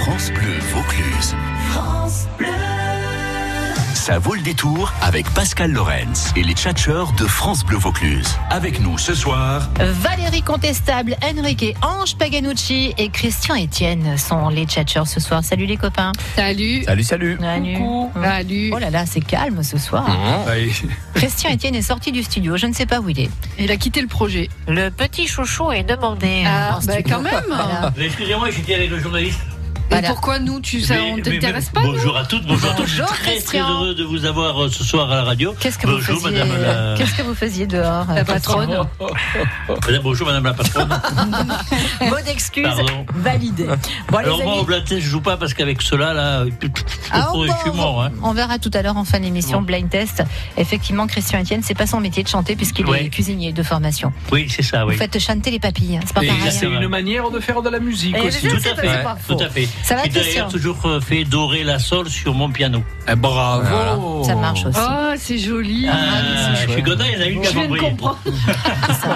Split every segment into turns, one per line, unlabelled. France Bleu Vaucluse. France Bleu. Ça vaut le détour avec Pascal Lorenz et les tchatcheurs de France Bleu Vaucluse. Avec nous ce soir,
Valérie Contestable, Enrique, Ange Paganucci et Christian Etienne sont les tchatcheurs ce soir. Salut les copains.
Salut.
Salut, salut.
Salut.
Salut.
Oh là là, c'est calme ce
Mmh.
Mmh.
soir. Mmh.
Bah
Christian Etienne est sorti du studio, je ne sais pas où il est.
Il a quitté le projet.
Le petit chouchou est demandé.
Ah,
en
bah,
studio.
quand même.
Voilà.
Excusez-moi, j'étais avec le journaliste.
Et
Voilà.
pourquoi nous, tu ça,
Mais-
on
mais-
t'intéresse
mais-
pas
Bonjour à toutes, bonjour à tous. Je suis
Bonjour,
très, très
Christian.
heureux de vous avoir euh, ce soir à la radio.
Qu'est-ce que
bonjour,
vous faisiez
madame la-
Qu'est-ce que vous faisiez dehors,
La
euh,
patronne.
Madame- bonjour, madame la patronne.
Bonne excuse
Pardon.
validée. Bon, les
Alors, moi,
amis,
au blaté, je joue pas parce qu'avec cela, là,
Ah, on
je suis
va-
mort. hein.
On verra tout à l'heure en fin d'émission
Bon.
Blind Test. Effectivement, Christian Etienne, c'est pas son métier de chanter puisqu'il est
Ouais.
cuisinier de formation.
Oui, c'est ça, oui.
Vous faites chanter les papilles, hein, c'est pas
Et
pareil.
c'est
hein.
une
manière de faire de la musique
Eh, aussi. je
Tout
sais
à
pas,
fait,
c'est pas faux.
tout à fait.
Ça va,
J'ai
Christian
d'ailleurs toujours euh, fait dorer la sol sur mon piano.
Eh, bravo.
Ça marche aussi.
Oh, c'est joli.
Ah, je suis
chouette.
content, il y en a une qui
je
a
viens de
compris.
comprendre.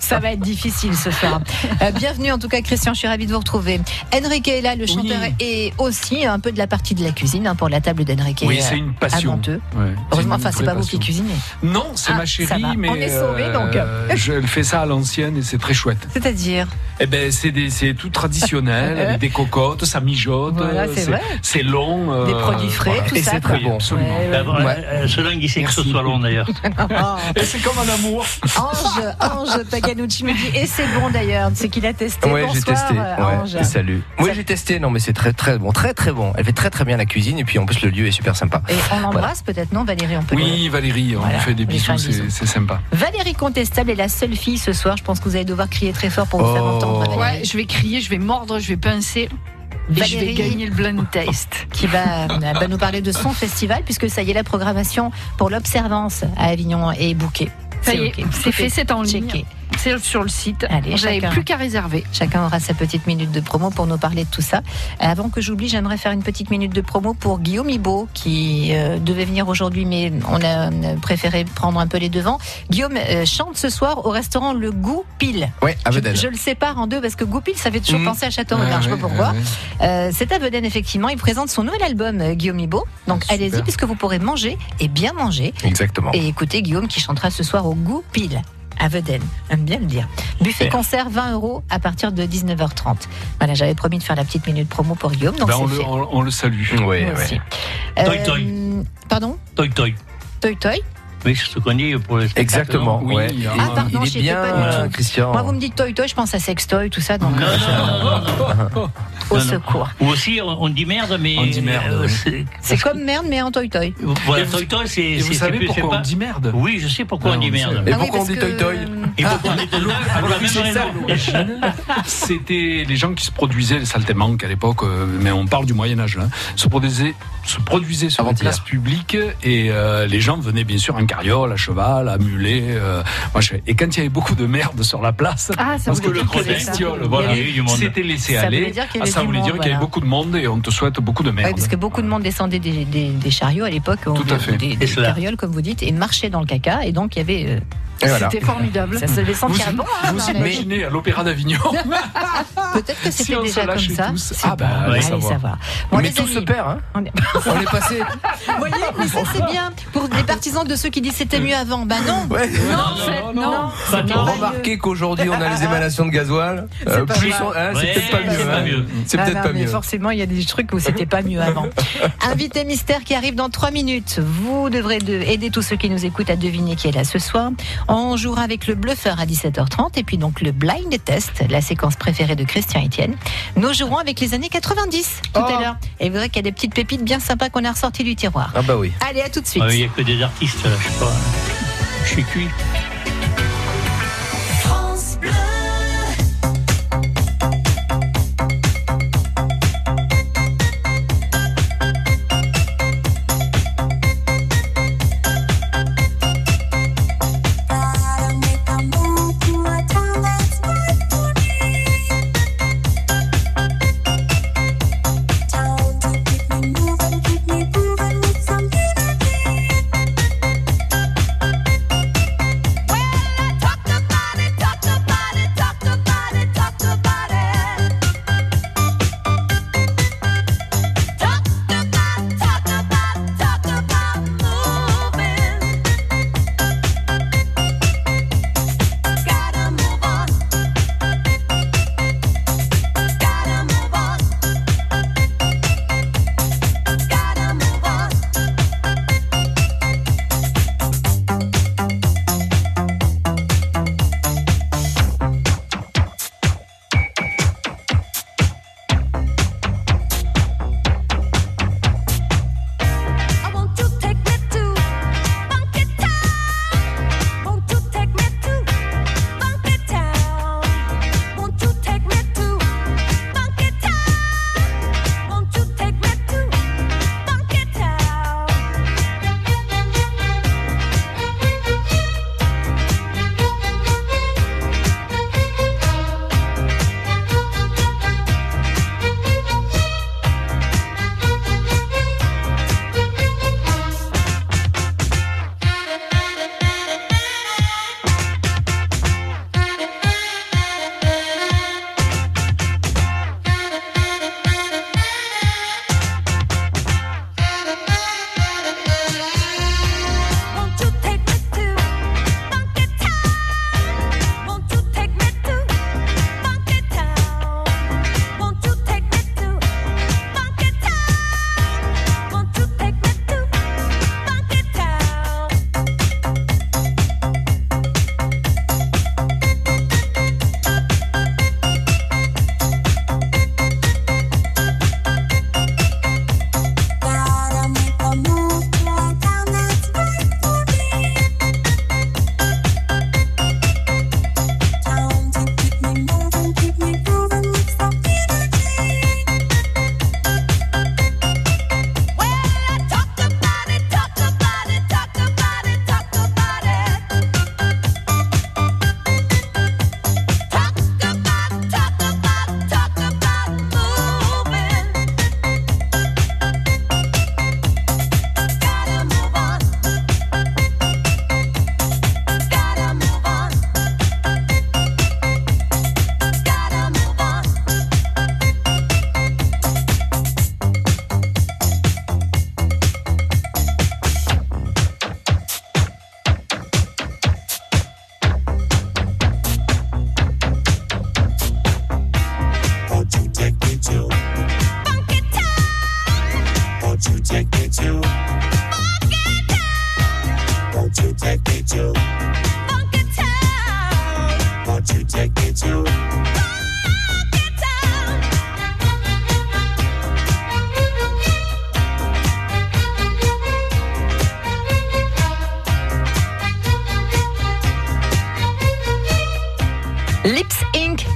Ça va être difficile ce soir. Euh, bienvenue en tout cas Christian, je suis ravie de vous retrouver. Enrique est là, le chanteur est aussi un peu de la partie de la cuisine hein, pour la table d'Enrique.
Oui,
euh,
c'est une passion.
à Monteux.
Ouais,
Heureusement,
une
enfin c'est
vraie
pas vous
passion.
qui cuisinez.
Non, c'est
Ah,
ma
ça
chérie,
va.
mais
On est sauvés, donc.
euh, je elle fait ça à l'ancienne et c'est très chouette.
C'est-à-dire
Eh ben, c'est des- c'est tout traditionnel, avec des cocottes, ça mijote,
Voilà, c'est
c'est-
vrai.
c'est long, euh,
des produits frais,
voilà.
tout
et
ça.
c'est très
quoi.
bon, absolument.
Ouais, ouais.
D'abord,
Ouais.
euh, euh, Ce langue, il sait que ce
Merci.
soit long d'ailleurs.
Et c'est comme un amour.
Ange, Ange Paganucci me dit et c'est bon d'ailleurs, c'est qu'il a testé.
Ouais, j'ai
Bonsoir,
testé.
euh,
ouais.
Ange.
Et Salut. Moi, j'ai testé. Non, mais c'est très, très bon. Très, très bon. Elle fait très, très bien la cuisine. Et puis, en plus, le lieu est super sympa.
Et on l'embrasse peut-être, non Valérie, on peut le-
Oui, Valérie, on
Voilà,
lui fait des
on lui fait un
bisous,
bisou.
c'est c'est sympa.
Valérie Contestable est la seule fille ce soir. Je pense que vous allez devoir crier très fort pour vous faire
Oh.
entendre. Valérie,
Ouais, je vais crier, je vais mordre, je vais pincer. Et je vais
Valérie.
gagner le blind test.
qui va, euh, va nous parler de son festival, puisque ça y est, la programmation pour l'Observance à Avignon est bouquée.
Ça
C'est
y
ok.
est,
Tout
c'est fait,
est
c'est en ligne.
checké.
C'est sur le site.
Allez,
J'avais
chacun.
plus qu'à réserver.
Chacun aura sa petite minute de promo pour nous parler de tout ça. Euh, Avant que j'oublie, j'aimerais faire une petite minute de promo pour Guillaume Ibo, qui euh, devait venir aujourd'hui, mais on a euh, préféré prendre un peu les devants. Guillaume euh, chante ce soir au restaurant Le Goût Pile.
Ouais, à
Je,
Vedel.
je le sépare en deux parce que Goupil, ça fait toujours
Mhm.
penser à Châteauregard, je sais pas pourquoi. Euh, c'est à Veden, effectivement. Il présente son nouvel album, euh, Guillaume Ibo. Donc
Ah, super.
allez-y, puisque vous pourrez manger et bien manger.
Exactement.
Et écoutez Guillaume qui chantera ce soir au goût pile à Veden. Aime bien le dire. Buffet
Super.
concert 20 euros à partir de 19h30. Voilà, j'avais promis de faire la petite minute promo pour Guillaume. Donc
Ben, on,
c'est
le,
fait.
on- on le salue.
Ouais,
Moi
ouais.
aussi.
Toi, toi.
Pardon
Toi, toi.
Toy Toy
Oui, c'est ce qu'on dit pour le spectacle, hein.
Exactement.
Oui,
ouais.
ah,
Et
pardon,
il
j'y étais
est bien,
pas du tout.
euh, Christian.
Moi, vous me dites Toy Toy, je pense à Sextoy, tout ça. Donc,
non,
euh,
non, non, non, non.
au
non, non.
secours.
Ou aussi, on, on dit merde, mais. euh,
On dit merde, oui.
c'est-
C'est comme merde, mais en Toy Toy.
Voilà,
Et vous-
Toy Toy, c'est.
Et vous
c'est- c'est
savez
plus- c'est
pourquoi on
pas-
dit merde
Oui, je sais pourquoi
Ah,
on dit
on
merde.
Et
sait.
Ah oui,
pourquoi on
parce
dit
que-
Toy Toy
Et pourquoi on dit Toy Toy Pour la
Alors,
même
c'est ça,
raison.
C'était les gens qui se produisaient les saltimbanques à l'époque, euh, mais on parle du Moyen Âge. hein, se produisaient, se produisaient sur une
Avant-hier.
place publique et euh, les gens venaient bien sûr en carriole, à cheval, à mulet. euh, moi, je- Et quand il y avait beaucoup de merde sur la place,
Ah, ça
parce que
voulait
le
dire que
problème,
problème,
c'est ça.
voilà,
Il y avait du monde.
c'était laissé
Ça voulait
aller.
dire qu'il y
Ah,
avait
ça
du
voulait
monde,
dire qu'il y
voilà.
avait beaucoup de monde et on te souhaite beaucoup de
Oui,
merde.
parce que beaucoup de monde descendait des, des- des chariots à l'époque, ou
Tout à fait.
des, des
Et cela.
carrioles comme vous dites, et marchait dans le caca, et donc il y avait. euh,
Et voilà.
C'était formidable.
ça se devait sentir
Vous-
bon, hein,
Vous
dans les-
imaginez à l'Opéra d'Avignon
Peut-être que
Si
c'était
on se
déjà comme
lâchait
ça.
tous.
C'est
Ah bah,
bon,
allez
allez
savoir.
savoir. Bon,
mais
les
tout
amis,
se perd, hein.
on est-
On est passé.
Vous voyez, mais ça c'est bien pour les partisans de ceux qui disent c'était mieux avant. Bah non,
Ouais.
Non, c'est-
non, non.
non.
Pas
c'est
mieux.
normal.
Remarquez qu'aujourd'hui, on a les émanations de gasoil. Euh,
pas
plus
mal.
on- hein, C'est
Ouais,
peut-être pas
c'est
mieux.
pas
hein.
mieux.
C'est
Ah
peut-être
non,
pas
mais
mieux.
forcément, il y a des trucs où c'était pas mieux avant. Invité mystère qui arrive dans trois minutes. Vous devrez de- aider tous ceux qui nous écoutent à deviner qui est là ce soir. On jouera avec le bluffeur à 17h30 et puis donc le blind test, la séquence préférée de Christian Etienne. Nous jouerons avec les années 90 tout à
Oh.
l'heure. Et vous verrez qu'il y a des petites pépites bien sympas qu'on a ressorties du tiroir.
Ah bah oui.
Allez, à tout de suite.
Ah, Il n'y a que des artistes, là, je sais pas. Je suis cuit.
Thank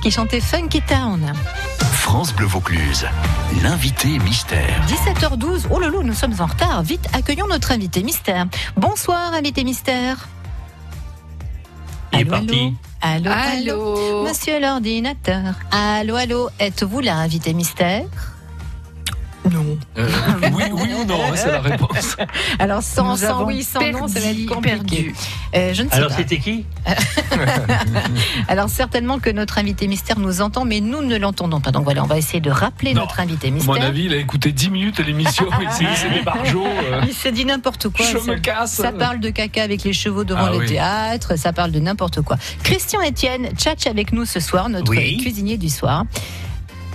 qui chantait Funky Town.
France Bleu Vaucluse, l'invité mystère.
17h12, oh loulou, nous sommes en retard. Vite, accueillons notre invité mystère. Bonsoir, invité mystère.
Il est
Allô,
parti.
Allô, allô.
Allô
Monsieur l'ordinateur. Allô, allô, êtes-vous là, invité mystère Non.
Euh, oui, oui ou non, hein, c'est la réponse.
Alors, sans,
Nous
sans
avons
oui, sans non, ça va
perdu,
être compliqué.
perdu.
Euh, je ne sais
Alors
pas.
c'était qui
Alors, certainement que notre invité mystère nous entend, mais nous ne l'entendons pas. Donc voilà, on va essayer de rappeler
Non.
notre invité
À mon
mystère.
avis, il a écouté 10 minutes l'émission, il s'est dit, c'est des barjots, euh,
Ah. Il s'est dit n'importe quoi.
je
ça-
me casse.
Ça parle de caca avec les chevaux devant
Ah
le
oui.
théâtre, ça parle de n'importe quoi. Christian Etienne, tchatch avec nous ce soir, notre
Oui.
cuisinier du soir.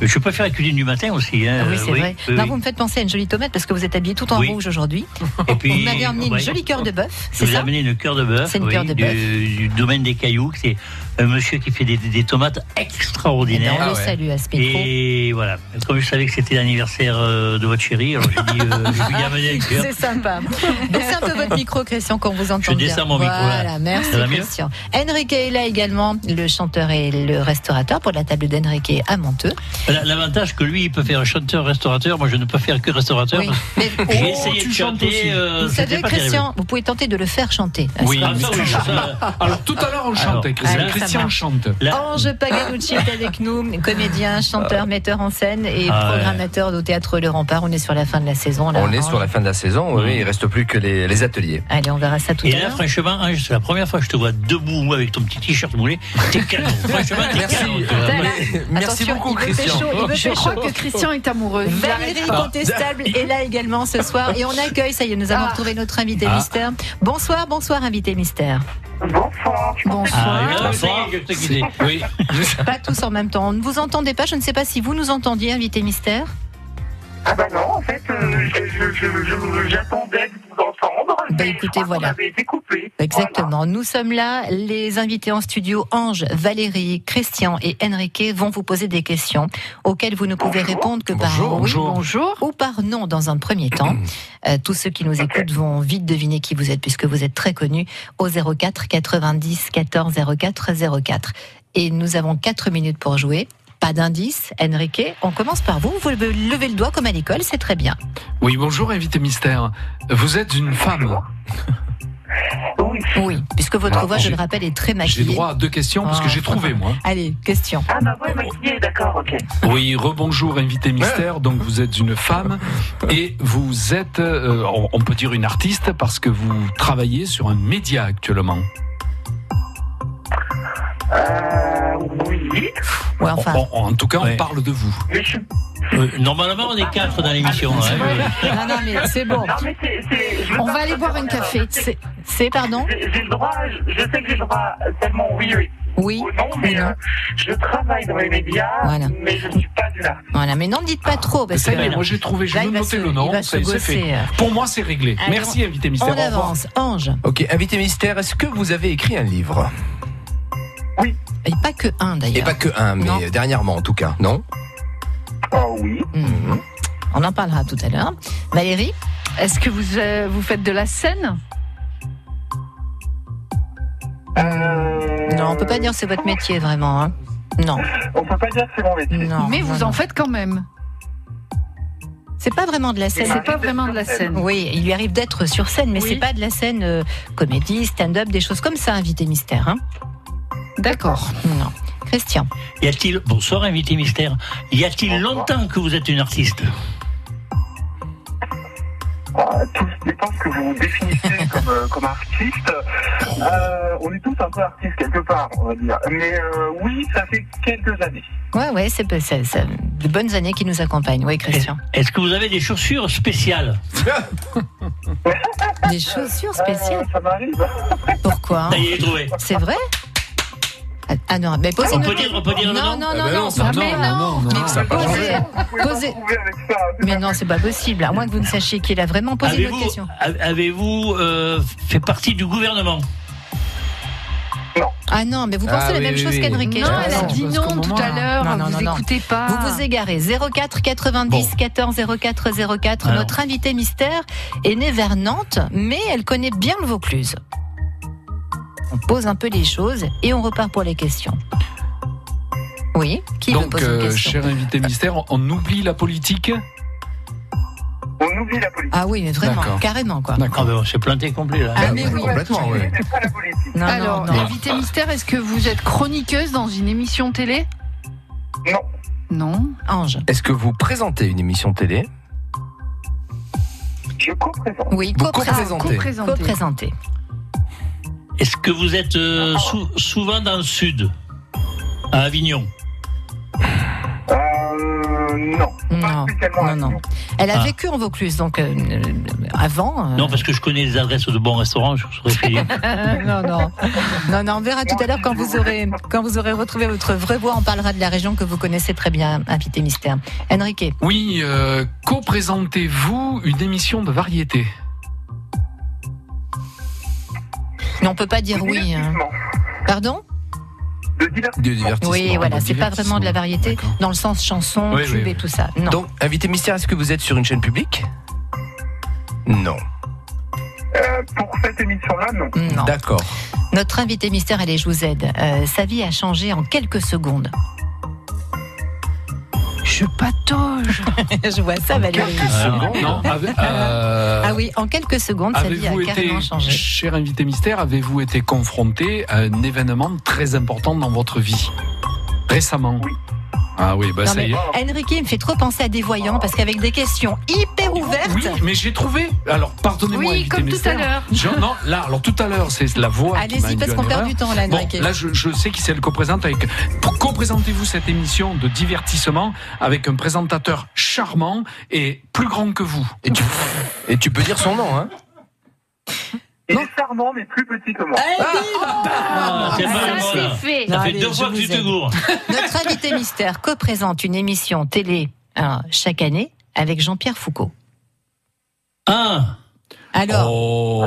Je préfère la cuisine du matin aussi.
Ah
Hein.
oui, c'est
euh,
vrai.
oui,
non,
oui.
vous me faites penser à une jolie tomate parce que vous êtes habillé tout en
Oui.
rouge aujourd'hui.
Et puis,
On avait emmené
ouais,
une jolie cœur de bœuf,
Je
c'est
vous ai
ça
amené une cœur de bœuf,
C'est une cœur de
du,
bœuf.
du domaine des cailloux. C'est un monsieur qui fait des, des- des tomates
Eh ben,
extraordinaires.
On le
Ah ouais.
salue à ce micro.
Et voilà, comme je savais que c'était l'anniversaire euh, de votre chérie, alors j'ai dit, euh, je vais lui amener un cœur.
Ah, C'est sympa. Donc c'est un peu votre micro, Christian, qu'on vous entend
Je
bien.
descends mon micro, là.
Voilà, merci
Ça va mieux
Christian. Enrique est là également, le chanteur et le restaurateur pour la table d'Enrique à Monteux.
Voilà, L'avantage que lui, il peut faire chanteur-restaurateur, moi je ne peux faire que restaurateur.
Oui.
parce
Mais
que J'ai
Oh,
essayé
tu
de
chantes aussi.
chanter.
vous
euh,
savez,
c'était pas terrible.
Christian, vous pouvez tenter de le faire chanter.
Oui.
Ah, ça, oui, ça,
Alors tout à l'heure on chante,
Alors,
Christian,
là, ça
Christian
marche.
chante.
là,
Ange Paganucci est avec nous, comédien, chanteur, metteur en scène et
Ah ouais.
programmateur au théâtre Le Rempart. On est sur la fin de la saison. Là,
On est
Ange.
sur la fin de la saison, oui,
Mm.
oui, il reste plus que les, les ateliers.
Allez, on verra ça tout
Et
à
là,
l'heure.
franchement, Ange, c'est la première fois que je te vois debout, moi, avec ton petit t-shirt moulé. T'es canon. Franchement, t'es canon. toi.
Voilà.
Merci
Attention,
beaucoup,
il veut
Christian.
pécho, il veut
Je
pécho.
crois que Christian est amoureux. Il
Valérie Ah.
arrête pas.
Contestable est là également ce soir et on accueille, ça y est, nous avons
Ah.
retrouvé notre invité
Ah.
mystère. Bonsoir, bonsoir invité mystère.
Bonsoir. Je pensais
Ah,
Bonsoir.
et là, ça y
Bonsoir.
est, je t'ai quitté.
Oui.
Pas tous en même temps, on ne vous entendait pas, je ne sais pas si vous nous entendiez invité mystère.
que- Ah bah non, en fait, euh, je- je- je- je- j'attendais de vous entendre. mais je
Bah, écoutez,
crois qu'on
voilà.
avait été coupé.
Exactement, nous sommes là, les invités en studio Ange, Valérie, Christian et Enrique vont vous poser des questions auxquelles vous ne pouvez répondre que par
Bonjour,
oui
bonjour.
Bonjour.
ou par non dans un premier temps. Euh, tous ceux qui nous écoutent vont vite deviner qui vous êtes puisque vous êtes très connus au 04 90 14 04 04. Et nous avons 4 minutes pour jouer. Pas d'indice. Enrique, on commence par vous. Vous le- levez le doigt comme à l'école, c'est très bien.
Oui, bonjour invité mystère. Vous êtes une femme.
Voilà. Oui.
Oui, puisque votre
Ah,
voix, je
j'ai-
le rappelle, est très
J'ai
maquillée.
droit à deux questions parce que
Ah.
j'ai trouvé moi.
Allez, question.
Ah bah ouais, maquillé, d'accord, ok.
Oui, rebonjour invité mystère. Donc vous êtes une femme et vous êtes, euh, on- on peut dire une artiste parce que vous travaillez sur un média actuellement.
Euh, oui,
Ouais, enfin,
On- on- en tout cas, on
Ouais.
parle de vous.
mais je suis...
Euh, Normalement, on est quatre dans l'émission.
Ah,
hein.
non, non, mais c'est bon.
Non mais c'est... c'est- je veux
On
pas-
va aller boire un café.
C'est- C'est, pardon
J'ai j'ai le droit, je je sais que j'ai le droit tellement oui, oui
Oui.
ou non, mais
non.
euh, je travaille dans les médias,
Voilà.
mais je ne suis pas une artiste.
Voilà, mais n'en dites pas trop parce que
Ah, Ça y est,
là,
moi j'ai trouvé, je vais
il va se,
noter le
il
nom,
va
ça
se
y est, c'est fait.
gosser. euh,
Pour moi, c'est réglé.
Allez,
Merci, invité mystère.
On
Au revoir.
avance. Ange.
Ok, invité mystère, est-ce que vous avez écrit un livre
Et pas que un
Et
d'ailleurs.
pas que un, mais
Non.
dernièrement en tout cas, non
Ah
Oh oui.
Mhm. On en parlera tout à l'heure. Valérie,
Est-ce que vous, euh, vous faites de la scène
Euh,
non, on peut pas dire que c'est votre métier vraiment. hein. Non,
On peut pas dire que c'est mon métier.
non.
Mais vous
non,
en
non.
faites quand même.
C'est pas vraiment de la
C'est
scène.
C'est pas vraiment de la scène.
Oui, il lui arrive d'être sur scène, mais
Oui.
c'est pas de la scène euh, comédie, stand-up, des choses comme ça, invité mystère. hein.
D'accord.
Non. Christian,
Y a-t-il. Bonsoir, invité mystère. Y a-t-il
Bonsoir.
longtemps que vous êtes une artiste
Euh, Tout dépend ce que vous définissez comme, euh, comme artiste. Euh, on est tous un peu artistes quelque part, on va dire. Mais euh, oui, ça fait quelques années.
ouais, ouais, c'est pas- c'est- c'est de bonnes années qui nous accompagnent. Oui, Christian.
Est-ce que vous avez des chaussures spéciales
Des hein. chaussures
Euh,
spéciales.
ça m'arrive.
Pourquoi
Ça y est, j'ai trouvé.
C'est vrai Ah, Ah non, mais posez
On
une
peut dire- on peut dire
Non,
non
non,
Eh
non,
ben
Ah bah non.
non,
Ah Non,
ça-
non,
mais
non, non, non.
Mais ça-
Vous
Posez-
pouvez
posez-
pas trouver avec ça. c'est
Mais
pas-
non, c'est pas possible, à moins que vous ne sachiez qui est là vraiment. Posez une autre
Avez-vous
question.
a- avez-vous, euh, fait partie du gouvernement
Ah non, mais vous pensez
Ah
la
oui,
même
oui,
chose
oui.
qu'Enrique.
Non, elle a
Non.
dit
parce
non
qu'au
tout
moment-
à l'heure.
Non, non,
Vous
non, non.
écoutez pas.
Vous vous égarez. 04 90 14 04 04.
Alors.
Notre invitée mystère est née vers Nantes, mais elle connaît bien le Vaucluse. On pose un peu les choses et on repart pour les questions. Oui, qui veut
Donc,
poser une
euh,
question
cher invité mystère, on, on oublie la politique
On oublie la politique.
Ah oui, mais vraiment,
D'accord.
carrément quoi.
Ah ben, on s'est planté complet là.
Ah mais oui.
Complètement, oui.
C'est pas la politique.
Non,
Alors,
non, non.
invité mystère, est-ce que vous êtes chroniqueuse dans une émission télé
Non.
Non.
Ange.
Est-ce que vous présentez une émission télé
Je co-présente.
Oui,
Vous
co-présent-
co-présentez.
Co-présentée.
co-présenté.
Est-ce que vous êtes euh, sou- souvent dans le sud À Avignon
Euh, non. Pas
Non,
spécialement
non, non. Elle a
Ah.
vécu en Vaucluse, donc euh, euh, avant. euh,
Non, parce que je connais les adresses de bons restaurants, je saurais te dire.
non, non. Non, non, on verra tout à l'heure quand vous aurez quand vous aurez retrouvé votre vraie voix. On parlera de la région que vous connaissez très bien, invité mystère. Enrique,
Oui, euh, co-présentez-vous une émission de variété
mais on peut pas dire
Du
oui. hein.
divertissement.
Pardon
De divers-
de divertissement
Oui, voilà, c'est pas vraiment de la variété
D'accord.
dans le sens chanson,
Oui,
tube
oui,
et
oui.
tout ça. Non.
Donc, invité mystère, est-ce que vous êtes sur une chaîne publique Non.
euh, pour cette émission-là, non.
non.
D'accord.
Notre invité mystère, allez, je vous aide. Euh, sa vie a changé en quelques secondes.
Je patauge.
je vois ça, Valérie.
Alors, non, ave- euh,
Ah oui, en quelques secondes, sa vie a
Avez-vous
carrément
été,
changé.
cher invité mystère, avez-vous été confronté à un événement très important dans votre vie récemment
Oui.
Ah oui, bah
Non,
ça
mais-
y est.
Enrique il me fait trop penser à des voyants parce qu'avec des questions hyper ouvertes.
Oui, mais j'ai trouvé. Alors, pardonnez-moi.
Oui,
invité
comme tout à
mystère.
l'heure.
Je- non, là, alors tout à l'heure, c'est la voix. qui m'a
Allez-y, parce
induit en
qu'on perd
erreur.
du temps là,
Bon,
Enrique.
là, je, je sais qui c'est le co-présente avec. Pour co-présentez-vous cette émission de divertissement avec un présentateur charmant et plus grand que vous.
Et tu, et tu peux dire son nom, hein
Il
Non.
est charmant, mais plus petit que moi.
Allez,
Ah, c'est
ça,
mal, voilà.
Ça, c'est fait.
Ça
Non,
fait
allez,
deux
je
fois que
vous
tu te
aide.
gourres.
Notre invité mystère co-présente une émission télé euh, chaque année avec Jean-Pierre Foucault.
Ah,
Alors,
Ah,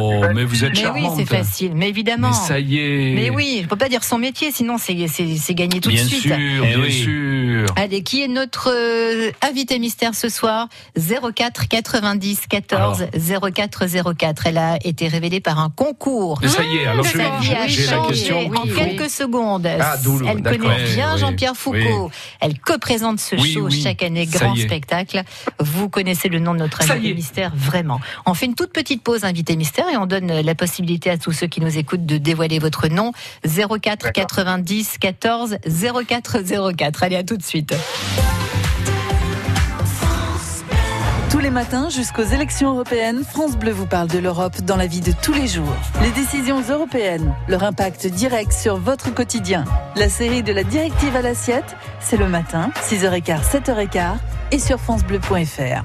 oh, mais vous êtes
mais oui,
charmante.
c'est facile, mais évidemment.
Mais ça y est.
Mais oui, je peux pas dire son métier, sinon c'est c'est- c'est gagné tout
bien
de suite.
sûr,
Eh
bien
Eh oui.
sûr.
Allez, qui est notre euh, invité mystère ce soir 04 90 14 04 04. Elle a été révélée par un concours.
Mais ça y est, alors je-
Sa vie a
je- j'ai la
changé
question.
en
Oui,
quelques
oui.
secondes.
Ah, d'où le-
Elle
d'accord.
connaît
Ouais,
bien
oui,
Jean-Pierre Foucault. Elle co-présente ce
Oui,
show
oui.
chaque année,
Ça
grand
y est.
spectacle. Vous connaissez le nom de notre
Ça y
invité
est.
mystère, vraiment. On fait une toute petite pause, invité mystère, et on donne la possibilité à tous ceux qui nous écoutent de dévoiler votre nom. 04 90 14 04 04. Allez, à tout de suite.
Tous les matins jusqu'aux élections européennes, France Bleu vous parle de l'Europe dans la vie de tous les jours. Les décisions européennes, leur impact direct sur votre quotidien. La série de la directive à l'assiette, c'est le matin, 6h15, 7h15 et sur francebleu.fr.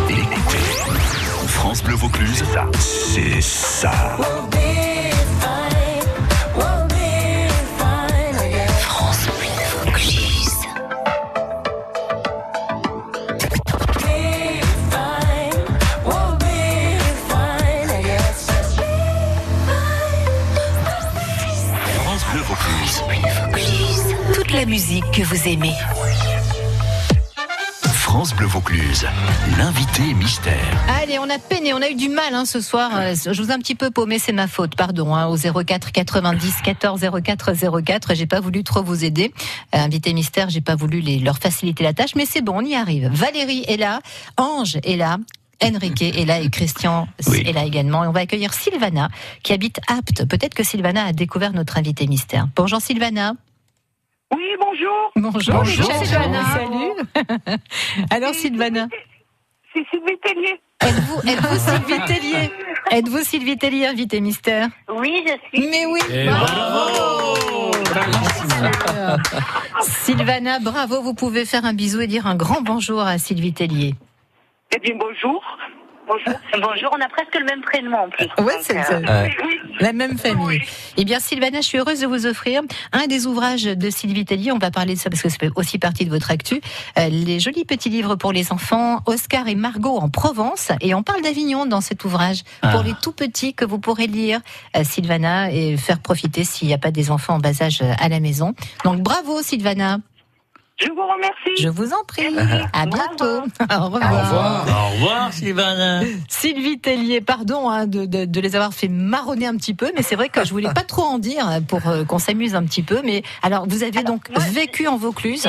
France Bleu Vaucluse, c'est ça. France Bleu Vaucluse.
Toute la musique que vous aimez.
France Bleu Vaucluse, l'invité mystère.
Allez, on a peiné, on a eu du mal hein, ce soir. Euh, Je vous ai un petit peu paumé, c'est ma faute, pardon, hein, au 04 90 14 04 04. J'ai pas voulu trop vous aider. Euh, invité mystère, j'ai pas voulu les- leur faciliter la tâche, mais c'est bon, on y arrive. Valérie est là, Ange est là. Enrique est là et Christian
Oui.
est là également. Et on va accueillir Sylvana qui habite Apte. Peut-être que Sylvana a découvert notre invité mystère. Bonjour Sylvana.
Oui, bonjour.
Bonjour.
Bonjour.
Sylvana.
Bonjour.
Salut. Alors Sylvana.
C'est Sylvie Tellier.
Êtes-vous êtes-vous Sylvie Tellier Êtes-vous Sylvie Tellier, invité mystère
Oui, je suis.
Mais oui
Et
Bravo
Bravissime.
euh,
Alors, Sylvana, bravo, vous pouvez faire un bisou et dire un grand bonjour à Sylvie Tellier.
Eh bien, bonjour. Bonjour. Bonjour, on a presque le même prénom en plus.
Ouais,
Donc,
c'est
euh,
ça. La même famille. Eh bien, Sylvana, je suis heureuse de vous offrir un des ouvrages de Sylvie Tellier. On va parler de ça parce que ça fait aussi partie de votre actu. Euh, les jolis petits livres pour les enfants, Oscar et Margot en Provence. Et on parle d'Avignon dans cet ouvrage pour les tout petits que vous pourrez lire, euh, Sylvana, et faire profiter s'il n'y a pas des enfants en bas âge euh, à la maison. Donc, bravo, Sylvana.
Je vous remercie.
Je vous en prie. À bientôt. Au revoir.
Au revoir, Sylvana.
Sylvie Tellier, pardon hein, de, de- de les avoir fait marronner un petit peu, mais c'est vrai que je voulais pas trop en dire pour euh, qu'on s'amuse un petit peu. Mais alors, vous avez donc vécu en Vaucluse.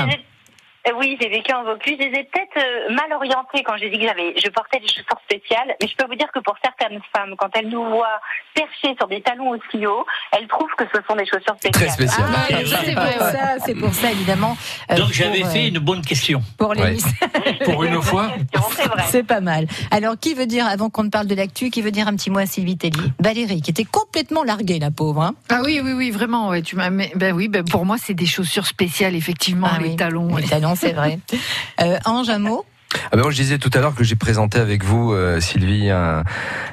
Euh, Oui, j'ai vécu en Vaucluse. Je les ai peut-être euh, mal orientées quand j'ai dit que j'avais, je portais des chaussures spéciales. Mais je peux vous dire que pour certaines femmes, quand elles nous voient perchées sur des talons aussi hauts, elles trouvent que ce sont des chaussures
Très
spéciales.
spécial.
Ah,
c'est
ça, c'est pour
vrai.
ça, c'est pour ça évidemment. euh,
Donc
pour,
j'avais
euh,
fait une bonne question.
pour les
Ouais.
Miss-
Pour une fois,
C'est vrai.
C'est pas mal. Alors, qui veut dire, avant qu'on ne parle de l'actu, qui veut dire un petit mot à Sylvie Tellier Valérie, qui était complètement larguée, la pauvre. hein.
Ah oui, oui, oui, vraiment. Ouais, tu m'as. mais- Ben oui, ben pour moi, c'est des chaussures spéciales, effectivement,
Ah
les
oui,
talons.
Les talons, c'est vrai. Euh, Ange, un mot
Ah ben moi, je disais tout à l'heure que j'ai présenté avec vous, euh, Sylvie, un,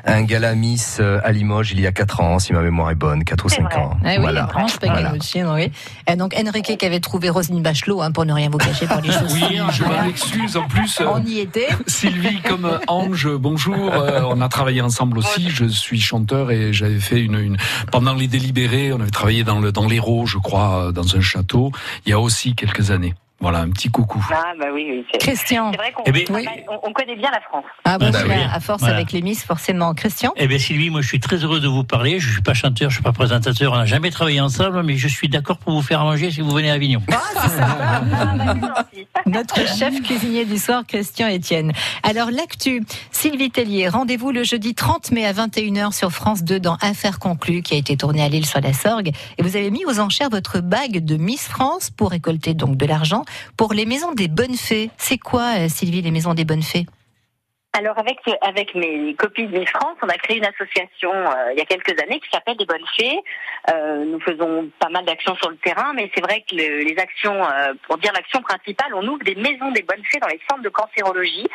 un gala Miss euh, à Limoges il y a 4 ans, si ma mémoire est bonne, 4 ou
C'est
5
vrai.
ans.
Ah oui,
voilà.
Ange Paganucci, oui. Et donc Enrique qui avait trouvé Roselyne Bachelot, hein, pour ne rien vous cacher, pour les chaussures.
oui, je
Voilà.
m'en excuse. En plus, euh,
On y était.
Sylvie, comme Ange, bonjour. Euh, on a travaillé ensemble aussi. Je suis chanteur et j'avais fait une, une- pendant les délibérés, on avait travaillé dans le dans l'Hérault, je crois, euh, dans un château. Il y a aussi quelques années. Voilà, un petit coucou.
Ah, bah oui, oui. C'est,
Christian.
c'est vrai qu'on
Eh ben,
on- on- on connaît bien la France.
Ah bon,
Ah bah
voilà,
oui.
à force
Voilà.
avec les Miss, forcément. Christian
Eh bien, Sylvie, moi, je suis très heureux de vous parler. Je suis pas chanteur, je suis pas présentateur. On n'a jamais travaillé ensemble, mais je suis d'accord pour vous faire manger si vous venez à Avignon.
Ah, bah, c'est gentil.
Notre chef cuisinier du soir, Christian Etienne. Alors, l'actu, Sylvie Tellier, rendez-vous le jeudi 30 mai à 21h sur France 2 dans Affaires conclues, qui a été tournée à Lille sur la Sorgue. Et vous avez mis aux enchères votre bague de Miss France pour récolter donc de l'argent pour les maisons des bonnes fées. C'est quoi, euh, Sylvie, les maisons des bonnes fées
Alors avec avec mes copines Miss France, on a créé une association euh, il y a quelques années qui s'appelle des bonnes fées. Euh, nous faisons pas mal d'actions sur le terrain, mais c'est vrai que le- les actions, euh, pour dire l'action principale, on ouvre des maisons des bonnes fées dans les centres de cancérologie.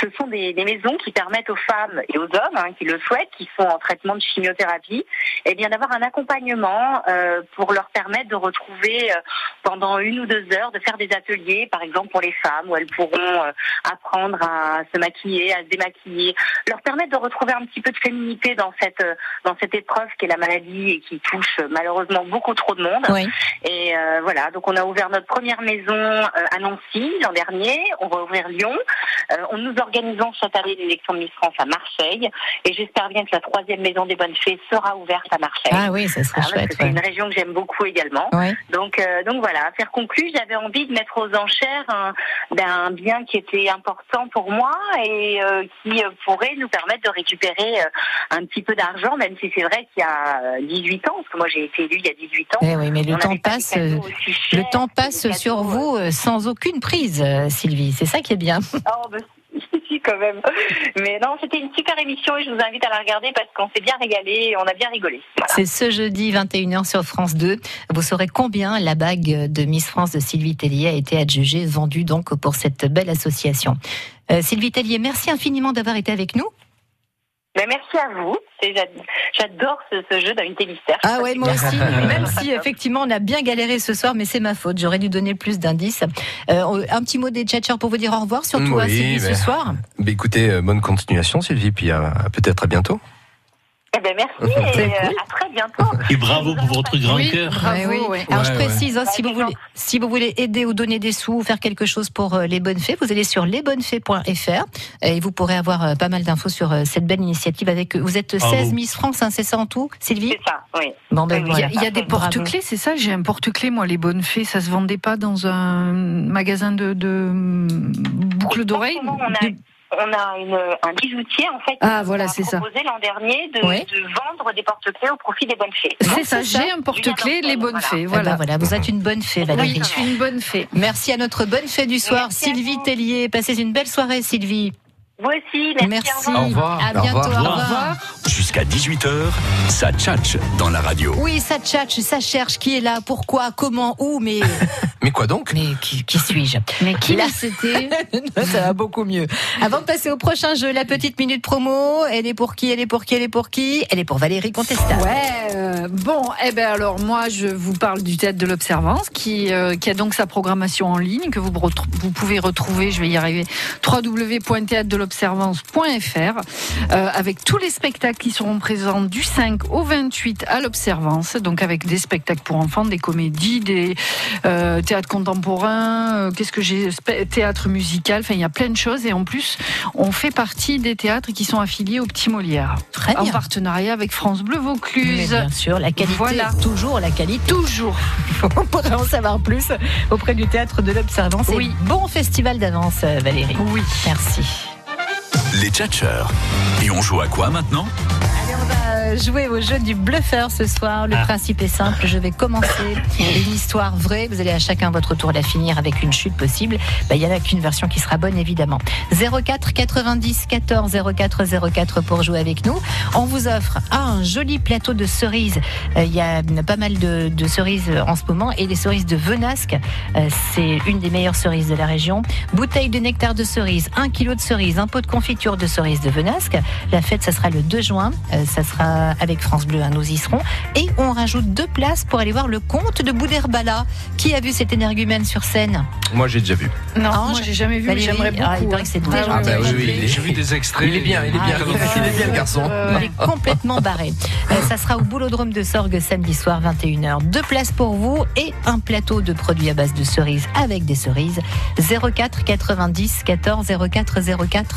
Ce sont des, des maisons qui permettent aux femmes et aux hommes hein, qui le souhaitent, qui sont en traitement de chimiothérapie, eh bien d'avoir un accompagnement euh, pour leur permettre de retrouver euh, pendant une ou deux heures, de faire des ateliers, par exemple pour les femmes, où elles pourront euh, apprendre à se maquiller, à se démaquiller, leur permettre de retrouver un petit peu de féminité dans cette euh, dans cette épreuve qui est la maladie et qui touche euh, malheureusement beaucoup trop de monde.
Oui.
Et euh, voilà, donc on a ouvert notre première maison euh, à Nancy l'an dernier, on va ouvrir Lyon. Euh, on nous organisons cette année l'élection de Miss France à Marseille et j'espère bien que la troisième maison des bonnes fées sera ouverte à Marseille.
Ah oui, ça
Ah,
serait
parce que
chouette.
c'est
ouais.
une région que j'aime beaucoup également.
Ouais.
Donc, euh, donc voilà, à faire conclure, j'avais envie de mettre aux enchères un, d'un bien qui était important pour moi et euh, qui euh, pourrait nous permettre de récupérer euh, un petit peu d'argent, même si c'est vrai qu'il y a euh, 18 ans, parce que moi j'ai été élue il y a 18 ans.
Eh oui, mais le
on
temps
n'avait pas des
passe.
cadeaux
euh,
aussi
Le
chers,
temps
des
passe
cadeaux,
sur
euh,
vous euh, sans aucune prise, euh, Sylvie. C'est ça qui est bien.
Oh, bah, si, si, quand même. Mais non, c'était une super émission et je vous invite à la regarder parce qu'on s'est bien régalé et on a bien rigolé. Voilà.
C'est ce jeudi 21h sur France 2. Vous saurez combien la bague de Miss France de Sylvie Tellier a été adjugée, vendue donc pour cette belle association. Euh, Sylvie Tellier, merci infiniment d'avoir été avec nous.
Mais Bah, merci à vous. C'est- j'ad- J'adore ce, ce jeu d'un mystère.
Ah ouais, moi aussi. Même si
Pas top.
effectivement on a bien galéré ce soir, mais c'est ma faute. J'aurais dû donner plus d'indices. Euh, un petit mot des tchatchers pour vous dire au revoir, surtout à
Oui,
Sylvie
ben.
ce soir.
Ben, écoutez, euh, bonne continuation, Sylvie, puis euh, peut-être à bientôt.
Eh ben merci et euh, à très bientôt.
Et bravo pour votre grand
Oui.
cœur.
Bravo,
Ouais, oui.
ouais.
Alors
Ouais,
je
ouais.
précise, hein, si,
Ouais,
vous
c'est
voulez, si vous voulez aider ou donner des sous ou faire quelque chose pour euh, les bonnes fées, vous allez sur lesbonnesfées.fr et vous pourrez avoir euh, pas mal d'infos sur euh, cette belle initiative. Avec Vous êtes
Bravo.
16 Miss France, hein, c'est ça en tout, Sylvie
C'est ça, oui.
Bon, ben
Oui,
voilà.
il y a- il y a des
Bravo.
Porte-clés, c'est ça J'ai un porte-clés, moi, les bonnes fées. Ça se vendait pas dans un magasin de, de boucles d'oreilles
En ce moment, on a-
De-
On a une- un bijoutier en fait.
Ah, voilà,
qui a
c'est ça.
proposé l'an dernier de,
Ouais.
de vendre des porte-clés au profit des bonnes fées.
C'est ça,
c'est ça.
j'ai un porte-clés,
Julien
les bonnes
Dorfman,
fées.
Eh ben
Voilà.
voilà, vous êtes une bonne fée, Valérie.
Oui, je suis une bonne fée.
Merci à notre bonne fée du soir,
Merci à
Sylvie
vous.
Tellier. Passez une belle soirée, Sylvie.
Vous aussi, merci. au revoir.
Au
Merci.
revoir.
À bientôt.
Au revoir.
Au revoir.
Jusqu'à jusqu'à 18h, ça tchatche dans la radio.
Oui, ça tchatche, ça cherche qui est là, pourquoi, comment, où, mais.
Mais quoi donc
Mais qui, qui suis-je Mais
qui
là c'était Ça va beaucoup mieux. Avant de passer au prochain jeu, la petite minute promo, elle est pour qui Elle est pour qui Elle est pour qui Elle est pour Valérie Contesta.
Ouais, euh, bon, eh ben alors moi je vous parle du Théâtre de l'Observance qui, euh, qui a donc sa programmation en ligne que vous, retrou- vous pouvez retrouver, je vais y arriver, www.théâtredelobservance.fr euh, avec tous les spectacles qui seront présents du 5 au 28 à l'Observance, donc avec des spectacles pour enfants, des comédies, des euh, théâtres contemporains, euh, qu'est-ce que j'ai, spe- théâtre musical, enfin il y a plein de choses et en plus on fait partie des théâtres qui sont affiliés au Petit Molière.
Très
En
bien.
partenariat avec France Bleu Vaucluse.
Mais bien sûr, la qualité,
Voilà.
toujours la qualité. Toujours. On pourrait en savoir plus auprès du théâtre de l'Observance. Et
Oui.
Bon festival d'avance, euh, Valérie.
Oui.
Merci.
Les tchatcheurs. Et on joue à quoi maintenant
Allez, on va euh, jouer au jeu du bluffeur ce soir. Le principe est simple. Je vais commencer une histoire vraie. Vous allez à chacun votre tour la finir avec une chute possible. Bah, Il y n'y en a qu'une version qui sera bonne, évidemment. 04 90 14 04 04 pour jouer avec nous. On vous offre un joli plateau de cerises. Euh, Il y a euh, pas mal de, de cerises euh, en ce moment et les cerises de Venasque. euh, C'est une des meilleures cerises de la région. Bouteille de nectar de cerise, un kilo de cerise, un pot de confiture de cerise de Venasque. La fête, ça sera le 2 juin. Euh, Ça sera avec France Bleu, hein, nous y serons. Et on rajoute deux places pour aller voir le comte de Boudherbala. Qui a vu cet énergumène sur scène
Moi, j'ai déjà vu.
Non,
Ange
Ah, moi j'ai jamais vu, mais
Valérie,
j'aimerais beaucoup.
ah, il
hein.
paraît que c'est
Ah,
déjà
ouais,
bah
ouais.
oui, oui, il est-
J'ai vu des extraits.
Il est bien, il est bien, il est bien le garçon.
Il Euh, est complètement barré. Euh, ça sera au Boulodrome de Sorgue samedi soir 21h. Deux places pour vous et un plateau de produits à base de cerises avec des cerises. 04 90 14 04 04.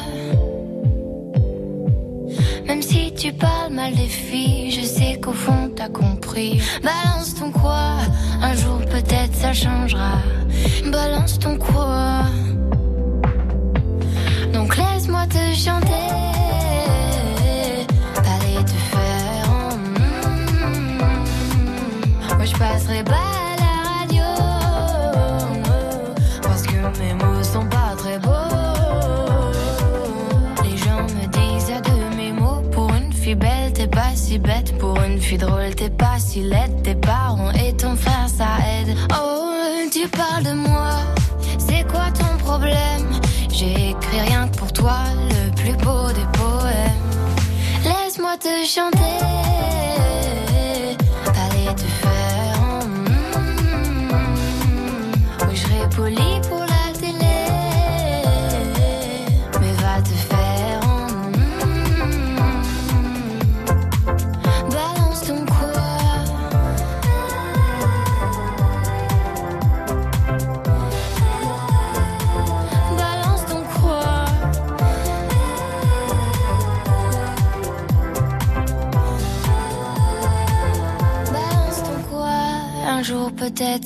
Même si tu parles mal des filles, je sais qu'au fond t'as compris. Balance ton quoi Un jour peut-être ça changera. Balance ton quoi Donc laisse-moi te chanter. Parler te faire en mm. Moi je passerai pas à la radio. Parce que mes mots sont pas très beaux. Les gens me disent à de mes mots Pour une fille belle, t'es pas si bête Pour une fille drôle, t'es pas si laide Tes parents et ton frère, ça aide Oh, tu parles de moi C'est quoi ton problème J'ai écrit rien que pour toi Le plus beau des poèmes Laisse-moi te chanter Parler te faire hmm. en mm. Oui, je serai poli pour la télé mais va te faire en mm. Balance ton quoi Balance ton quoi Balance ton quoi Un jour peut-être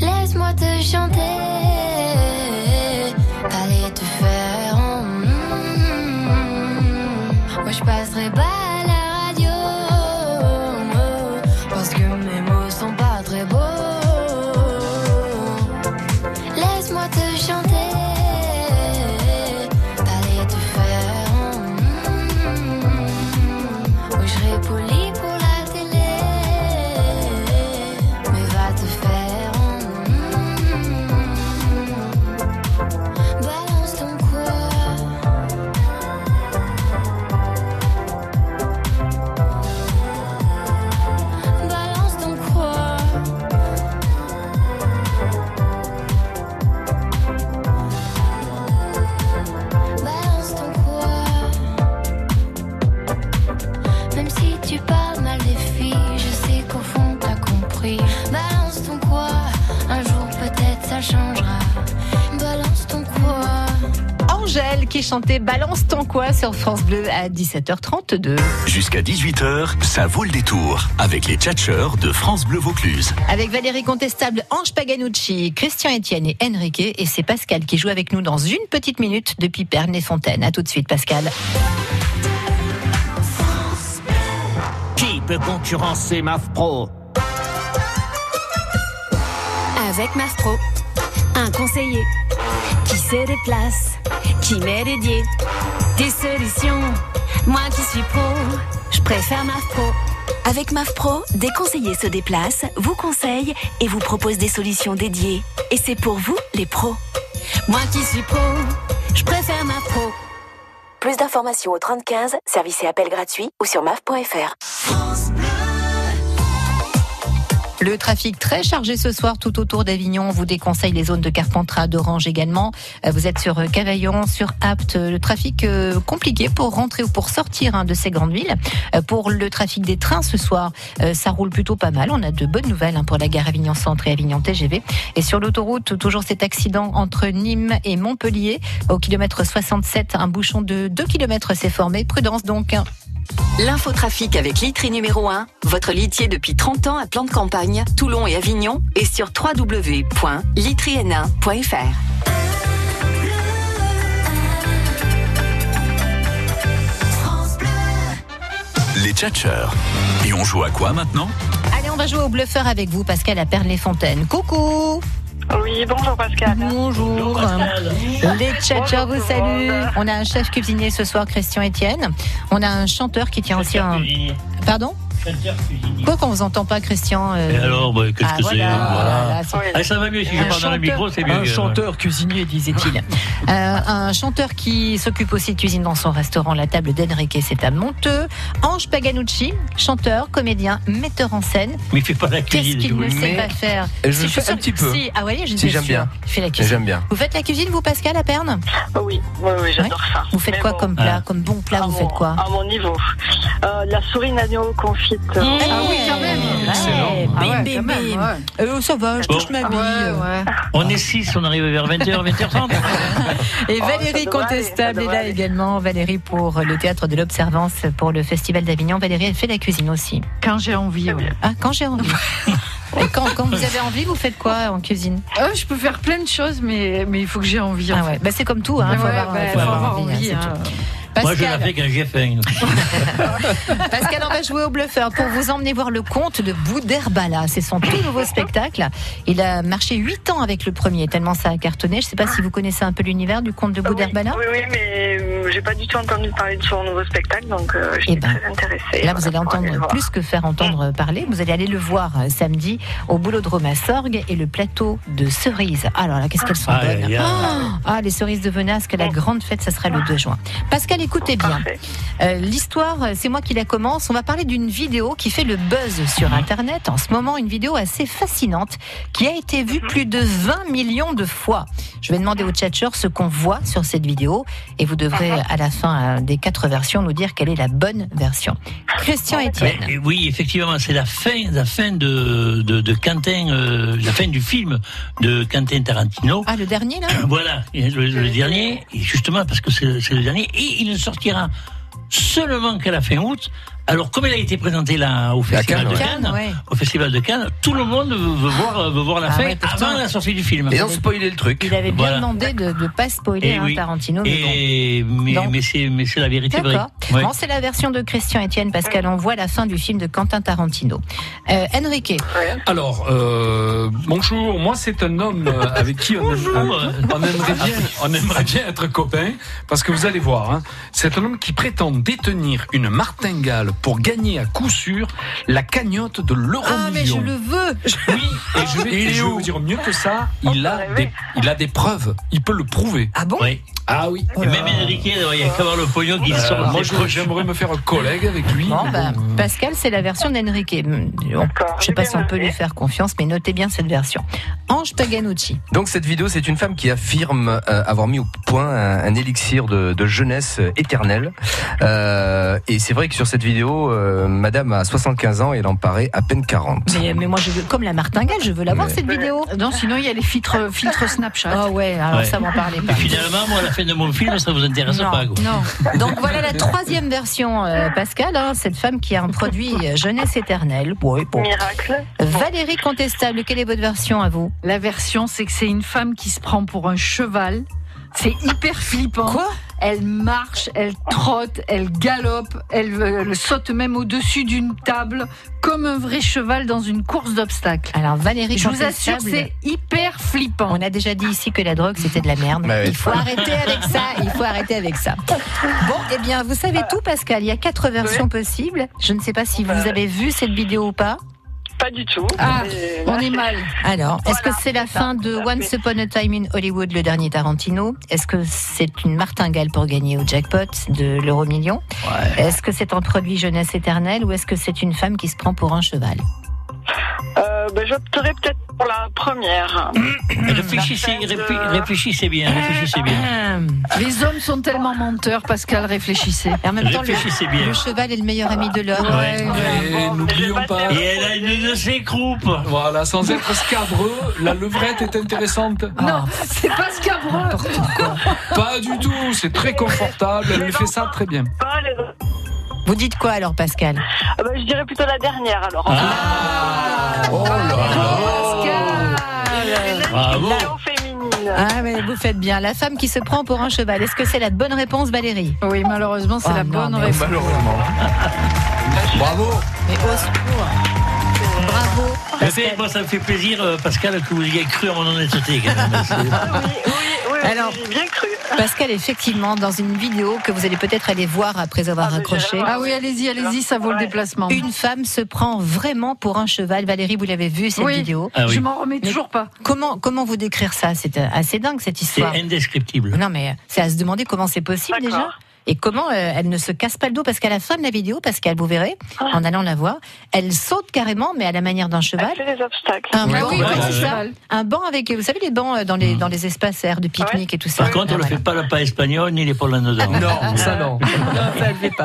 Laisse-moi te chanter, aller te faire en mm. Moi je passerai pas à la radio, no, parce que mes mots sont pas très beaux. Laisse-moi te chanter, aller te faire en mm. Oui, je serai poli pour la télé, mais va te faire en mm.
qui chantait Balance ton quoi sur France Bleu à 17h32.
Jusqu'à 18h, ça vaut le détour avec les tchatcheurs de France Bleu Vaucluse.
Avec Valérie Contestable, Ange Paganucci, Christian Etienne et Enrique. Et c'est Pascal qui joue avec nous dans une petite minute depuis Perne et Fontaine. À tout de suite, Pascal.
Qui peut concurrencer MAF Pro
Avec MAF Pro, un conseiller qui se déplace, qui m'est dédié. Des solutions, moi qui suis pro, je préfère MAF Pro.
Avec MAF Pro, des conseillers se déplacent, vous conseillent et vous proposent des solutions dédiées. Et c'est pour vous, les pros.
Moi qui suis pro, je préfère MAF Pro.
Plus d'informations au 3015, service et appel gratuit ou sur maf.fr.
Le trafic très chargé ce soir tout autour d'Avignon. On vous déconseille les zones de Carpentras, d'Orange également. Euh, Vous êtes sur euh, Cavaillon, sur Apt. Le trafic euh, compliqué pour rentrer ou pour sortir hein, de ces grandes villes. Euh, Pour le trafic des trains ce soir, euh, ça roule plutôt pas mal. On a de bonnes nouvelles hein, pour la gare Avignon Centre et Avignon TGV. Et sur l'autoroute, toujours cet accident entre Nîmes et Montpellier. Au kilomètre 67, un bouchon de 2 km s'est formé. Prudence donc.
L'infotrafic avec Litry numéro 1, votre litier depuis 30 ans à plan de campagne, Toulon et Avignon, et sur www.litryn1.fr.
Les tchatcheurs. Et on joue à quoi maintenant
Allez, on va jouer au bluffeur avec vous, Pascal à Perles-les-Fontaines. Coucou
Oui, bonjour Pascal.
Bonjour. Les tchatchers vous saluent. On a un chef cuisinier ce soir, Christian Etienne. On a un chanteur qui tient aussi un... Pardon Quoi qu'on vous entend pas, Christian euh,
Et alors, bah, qu'est-ce
ah,
que
voilà,
c'est
voilà, c'est-
Ah, Ça va mieux si je
Un
parle dans le
chanteur-
micro, c'est mieux. euh.
Un chanteur
cuisinier, disait-il. Euh, un chanteur qui s'occupe aussi de cuisine dans son restaurant La Table d'Enrique, c'est à Monteux. Ange Paganucci, chanteur, comédien, metteur en scène.
Mais il fait pas la
Qu'est-ce
cuisine.
qu'il ne
oui.
sait pas faire
Et je
Si, suis
le fais un
sûre-
petit peu.
Si, ah ouais, je
Si,
suis
j'aime
sûre.
bien.
Il fait la cuisine.
J'aime bien.
Vous faites la cuisine, vous, Pascal, à Perne
Ah Oui, oui, oui j'adore ça. Ah
Vous faites quoi comme
Ah.
plat, comme bon plat Vous faites quoi
À mon niveau. Euh, la souris d'agneau confite.
Ah oui, quand même. Excellent.
Ah ouais,
Bim,
quand
bim, bim. Euh, ça va, je euh.
Bon.
touche
Ah
ma bille.
On est 6, on arrive vers 20h, 20h30.
Et
Oh,
Valérie Contestable est là également. Valérie pour le théâtre de l'Observance, pour le Festival d'Avignon. Valérie, elle fait la cuisine aussi.
Quand j'ai envie. ouais.
Ah, quand j'ai envie. Et quand, quand vous avez envie, vous faites quoi en cuisine
Euh, je peux faire plein de choses, mais, mais il faut que j'ai envie.
Ah ouais, bah, c'est comme tout, hein, faut
Ouais,
avoir-
bah,
faut
faut
avoir
avoir
envie, hein,
envie,
c'est
hein.
Moi, je la fais quand j'ai faim.
Pascal, on va jouer au bluffeur pour vous emmener voir le conte de Boudherbala. C'est son tout nouveau spectacle. Il a marché 8 ans avec le premier, tellement ça a cartonné. Je ne sais pas si vous connaissez un peu l'univers du conte de Boudherbala.
Oui, oui, mais euh, j'ai pas du tout entendu parler de son nouveau spectacle, donc euh, je
Eh
suis
ben,
très intéressée.
Là, vous allez
Voilà, pour aller le
entendre
voir.
plus que faire entendre parler. Vous allez aller le voir euh, samedi au Boulodrome à Sorgue et le plateau de cerises. Alors là, qu'est-ce qu'elles sont
Aïe,
bonnes
aïe, aïe.
Ah, Ah, les cerises de Venasque, la grande fête, ça sera le 2 juin. Pascal, écoutez bien. Euh, L'histoire, euh, c'est moi qui la commence. On va parler d'une vidéo qui fait le buzz
Mhm.
sur Internet en ce moment, une vidéo assez fascinante qui a été vue plus de 20 millions de fois. Je vais demander aux tchatcheurs ce qu'on voit sur cette vidéo et vous devrez
Mhm.
à la fin euh, des quatre versions nous dire quelle est la bonne version. Christian Etienne.
Mais- mais oui, effectivement, c'est la fin, la fin de, de, de Quentin, euh, la fin du film de Quentin Tarantino.
Ah, le dernier là Euh,
Voilà, et le, le dernier, et justement parce que c'est c'est le dernier, et il ne sortira seulement qu'à la fin août. Alors, comme il a été présenté là au festival
Cannes,
de
ouais.
Cannes,
Cannes, ouais.
au festival de Cannes, tout le monde veut, veut voir, veut voir la
Ah
fin
ouais, pourtant.
avant la sortie du film.
Et on spoilait le truc.
Il avait bien
Voilà.
demandé de ne pas spoiler
Eh
hein,
oui.
Tarantino. mais bon.
Et mais,
Donc-
mais c'est mais c'est la vérité.
D'accord.
Valérie. Ouais.
Bon, c'est la version de Christian Etienne parce qu'elle envoie la fin du film de Quentin Tarantino. Euh, Enrique.
Alors, euh, bonjour, moi c'est un homme euh, avec qui on, aime- on aimerait bien, on aimerait bien être copain, parce que vous allez voir, hein, c'est un homme qui prétend détenir une martingale pour gagner à coup sûr la cagnotte de l'euro
Ah, mais je le veux
Oui, et je vais,
Il est
et je vais
où
vous dire mieux que ça, il a, des, il a des preuves, il peut le prouver.
Ah bon
Oui.
Ah oui.
Et même Enrique, il y a qu'à voir le pognon qui
Euh,
sort.
moi,
des
je-
poches.
j'aimerais me faire un collègue avec lui.
Bon, bah, Pascal, c'est la version d'Enrique. Hmm, bon, Je sais pas si on peut lui faire confiance, mais notez bien cette version. Ange Paganucci.
Donc cette vidéo, c'est une femme qui affirme euh, avoir mis au point un, un élixir de, de jeunesse éternelle. Euh, et c'est vrai que sur cette vidéo, vidéo, euh, madame a 75 ans et elle en paraît à peine 40.
Mais, mais moi, je veux, comme la martingale, je veux la voir
Mais-
cette vidéo.
Euh, Non, sinon il y a les filtres, euh, filtres Snapchat.
Ah ouais, alors
Ouais.
ça m'en parlait pas.
Mais finalement, moi, à la fin de mon film, ça vous intéresse pas. quoi.
Non. Donc voilà la troisième version, euh, Pascal, hein, cette femme qui a un produit euh, jeunesse éternelle. Ouais, bon.
Miracle.
Valérie Contestable, quelle est votre version à vous
La version, c'est que c'est une femme qui se prend pour un cheval. C'est hyper flippant. Quoi Elle marche, elle trotte, elle galope, elle, euh, elle saute même au-dessus d'une table comme un vrai cheval dans une course d'obstacles.
Alors Valérie
je vous assure,
Contestable-
c'est hyper flippant.
On a déjà dit ici que la drogue c'était de la merde.
Bah oui.
Il faut arrêter avec ça. Il faut arrêter avec ça. Bon, eh bien, vous savez tout, Pascal. Il y a quatre versions possibles. Je ne sais pas si vous avez vu cette vidéo ou pas.
Pas du tout.
Ah,
Mais-
on est mal. Alors, est-ce que c'est la
c'est ça,
fin de
Euh, tout à
Once
fait.
Upon a Time in Hollywood, le dernier Tarantino Est-ce que c'est une martingale pour gagner au jackpot de l'euro million Est-ce que c'est un produit jeunesse éternelle ou est-ce que c'est une femme qui se prend pour un cheval
Euh, ben, J'opterai peut-être pour la première.
Réfléchissez, réfl- réfléchissez bien, réfléchissez bien.
Hum, Les hommes sont tellement menteurs, Pascal, réfléchissez.
en même temps, le,
Réfléchissez bien.
le cheval est le meilleur ami de l'homme.
Et n'oublions pas.
Et elle a une de ses croupes.
Voilà, sans être scabreux, la levrette est intéressante.
Ah.
Non, c'est pas scabreux.
Pas du tout, c'est très confortable, elle fait ça très bien.
Vous dites quoi alors, Pascal Ah.
Ah, ben, je dirais plutôt la dernière alors. Ah,
Bravo.
euh,
Ah, mais vous faites bien. La femme qui se prend pour un cheval. Est-ce que c'est la bonne réponse, Valérie Oh
Oui, malheureusement,
c'est la bonne réponse.
Malheureusement. Bravo.
Mais au secours. Bravo.
Eh bien, moi, ça me fait plaisir, euh, Pascal, que vous ayez cru à mon honnêteté. Quand même.
Ah
C'est-
Alors, Pascal, effectivement, dans une vidéo que vous allez peut-être aller voir après avoir raccroché.
Ah oui, allez-y, allez-y, ça vaut le déplacement.
Une femme se prend vraiment pour un cheval. Valérie, vous l'avez vu cette
Oui.
vidéo.
Ah oui. Je m'en
remets toujours pas.
Comment, comment vous décrire ça C'est euh, assez dingue cette
C'est
histoire.
indescriptible.
Non, mais euh, c'est à se demander comment c'est possible déjà. Et comment euh, elle ne se casse pas le dos parce qu'à la fin de la vidéo, Pascal, vous verrez, en allant la voir, elle saute carrément, mais à la manière d'un cheval.
Ah. Elle fait des obstacles.
Un
Ouais,
banc,
ouais,
ouais,
ouais,
c'est
ouais.
ça. Un banc avec, vous savez, les bancs euh, dans les, dans les espaces air de pique-nique et tout ça.
Par contre, on ne
Ah,
fait pas le pas espagnol ni les polonais dedans.
Non, ça non.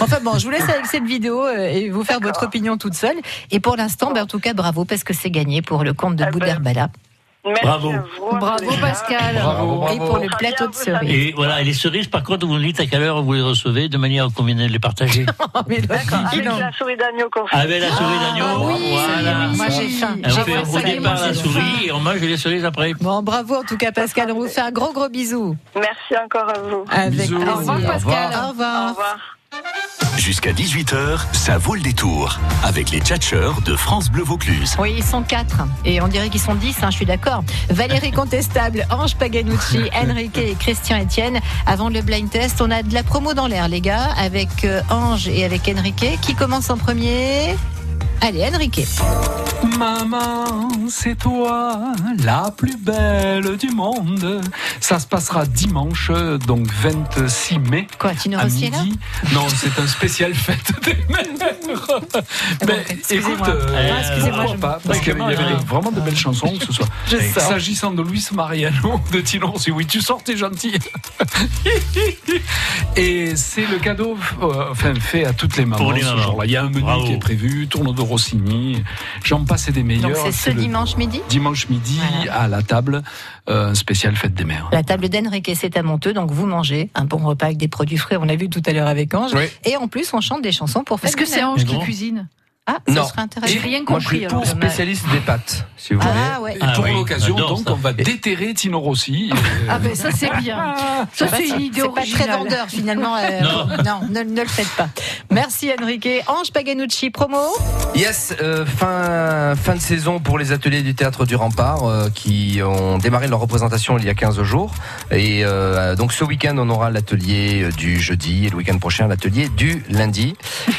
Enfin bon, je vous laisse avec cette vidéo euh, et vous faire votre opinion toute seule. Et pour l'instant, ben, en tout cas, bravo parce que c'est gagné pour le
Eh
compte de
ben,
Boudherbala.
Merci
Bravo.
à vous.
Bravo,
Oh,
Pascal.
Bravo,
Et pour le plateau de cerise.
Et voilà, et les cerises, par contre, vous nous dites à quelle heure vous les recevez, de manière qu'on vienne les partager.
Avec la souris d'agneau qu'on fait.
Avec la
Ah,
souris d'agneau, voilà.
Moi j'ai faim.
Hein, On
J'ai
fait
faim,
au
ça y est,
départ
moi,
la
j'ai
souris
faim.
et on mange les cerises après.
Bon, bravo en tout cas Pascal, on vous fait un gros gros bisou.
Merci encore à vous.
Avec
Bisous.
plaisir.
Au revoir,
Pascal. Au
Au
revoir.
revoir.
Jusqu'à 18h, ça vaut le détour avec les tchatcheurs de France Bleu Vaucluse.
Oui, ils sont quatre. Et on dirait qu'ils sont dix, hein, je suis d'accord. Valérie Contestable, Ange Paganucci, Enrique et Christian Etienne. Avant le blind test, on a de la promo dans l'air, les gars, avec euh, Ange et avec Enrique. Qui commence en premier Allez, Enrique.
Maman, c'est toi la plus belle du monde. Ça se passera dimanche, donc 26 mai.
Quoi, Tino
à
Rossi est là
midi. Non, c'est un spécial fête des mères.
Bah,
Ben,
excusez-moi.
écoute, euh,
Ah, excusez-moi,
pourquoi
je-
pas Parce qu'il y avait
Excusez-moi,
des- vraiment de belles chansons ce soir.
Je
Et
sors.
S'agissant de Luis Mariano, de Tino Rossi, oui, tu sors, t'es gentil. Et c'est le cadeau euh, enfin, fait à toutes les mamans
Pour les
ce
mamans.
jour-là. Il y a un menu
Bravo.
qui est prévu, tourne de Rossini, j'en passe et des meilleurs.
Donc c'est ce
le
dimanche midi
Dimanche midi à la table, euh, spéciale fête des mères.
La table d'Enrique, c'est à Monteux, donc vous mangez un bon repas avec des produits frais, on l'a vu tout à l'heure avec Ange.
Oui.
Et en plus, on chante des chansons pour faire
Est-ce que c'est Ange qui
Non.
cuisine
Ah,
Non.
ça serait intéressant.
J'ai rien
Moi, je suis
compris. hein,
pour
alors.
spécialiste des pâtes, si vous voulez.
Ah ouais.
Et
Ah
pour
oui,
l'occasion,
j'adore
donc,
ça.
on va déterrer Tino Rossi. Et, euh,
Ah ben ça c'est bien.
Ah.
Ça c'est une idée
C'est pas très
originale.
vendeur finalement. euh,
Non.
non, ne, ne le faites pas. Merci Enrique. Ange Paganucci, promo.
Yes, euh, fin, fin de saison pour les ateliers du théâtre du Rempart euh, qui ont démarré leur représentation il y a 15 jours. Et euh, donc ce week-end, on aura l'atelier euh, du jeudi et le week-end prochain, l'atelier du lundi.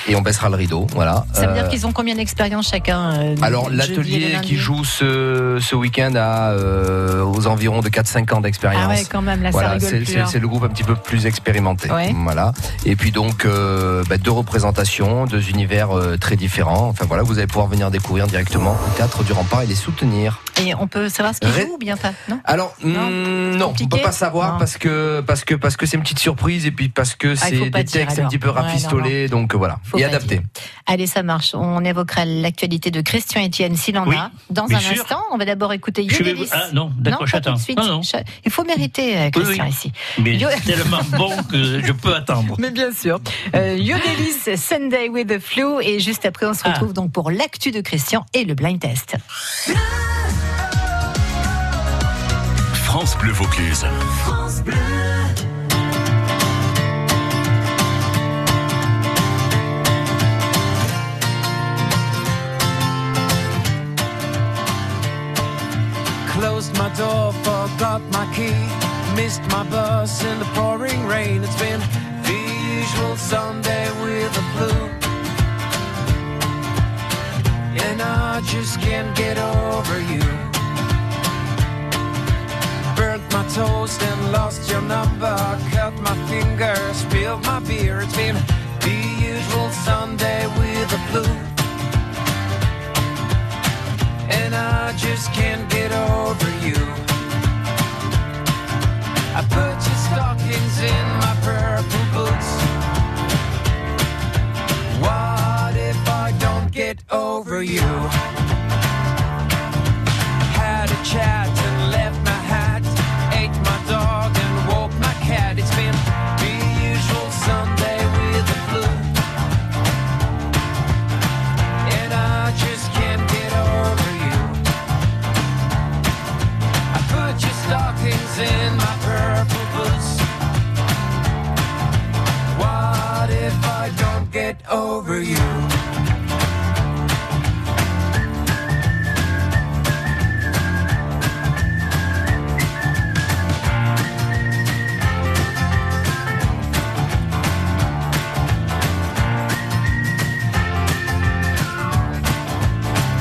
Et on baissera le rideau. Voilà.
Ça veut
Euh,
dire qu'ils ont combien d'expérience chacun euh,
alors
le jeudi et le
l'atelier
lundi
qui joue ce, ce week-end a euh, aux environs de 4-5 ans
Ah
d'expérience.
ouais, quand même, là ça
Voilà,
rigole
c'est
plus.
c'est-
hein.
c'est le groupe un petit peu plus expérimenté.
Ouais.
Voilà. Et puis donc euh, bah, deux représentations, deux univers euh, très différents. Enfin voilà, vous allez pouvoir venir découvrir directement au théâtre du Rempart et les soutenir.
Et on peut savoir ce qu'il
Ré-
joue ou bien pas Non
Alors mm, non, on
Compliqué
peut pas savoir
Non.
parce que parce que parce que c'est une petite surprise et puis parce que
Ah, il faut
c'est
pas
des
dire,
textes un
alors.
petit peu
Ouais, non, non.
rafistolés donc euh, voilà
Faut
et
pas
adaptés.
Allez, ça marche. On évoquera l'actualité de Christian Etienne s'il en
Oui,
a. Dans
bien
un
sûr.
instant, on va d'abord écouter
Je vais-
Yodelis.
Ah, non, d'accord,
pas
j'attends.
tout de suite.
Non, non.
Je- Il faut mériter, euh, Christian,
Oui, oui.
ici.
Mais
Yo-
c'est tellement bon que je peux attendre.
Mais bien sûr. Euh, Yodelis, Sunday with the Flu. Et juste après,
Ah.
on se retrouve donc pour l'actu de Christian et le blind test.
France Bleu Vaucluse.
Closed my door, forgot my key. Missed my bus in the pouring rain. It's been the usual Sunday with the flu. And I just can't get over you. Burnt my toast and lost your number. Cut my finger, spilled my beer. It's been the usual Sunday with the flu. And I just can't get over you. I put your stockings in my purple boots. What if I don't get over you? Had a chat and left my hat, ate my dog and woke my cat. It's been the usual Sunday with the flu. And I just can't get over you. I put your stockings in my purple boots. What if I don't get over you?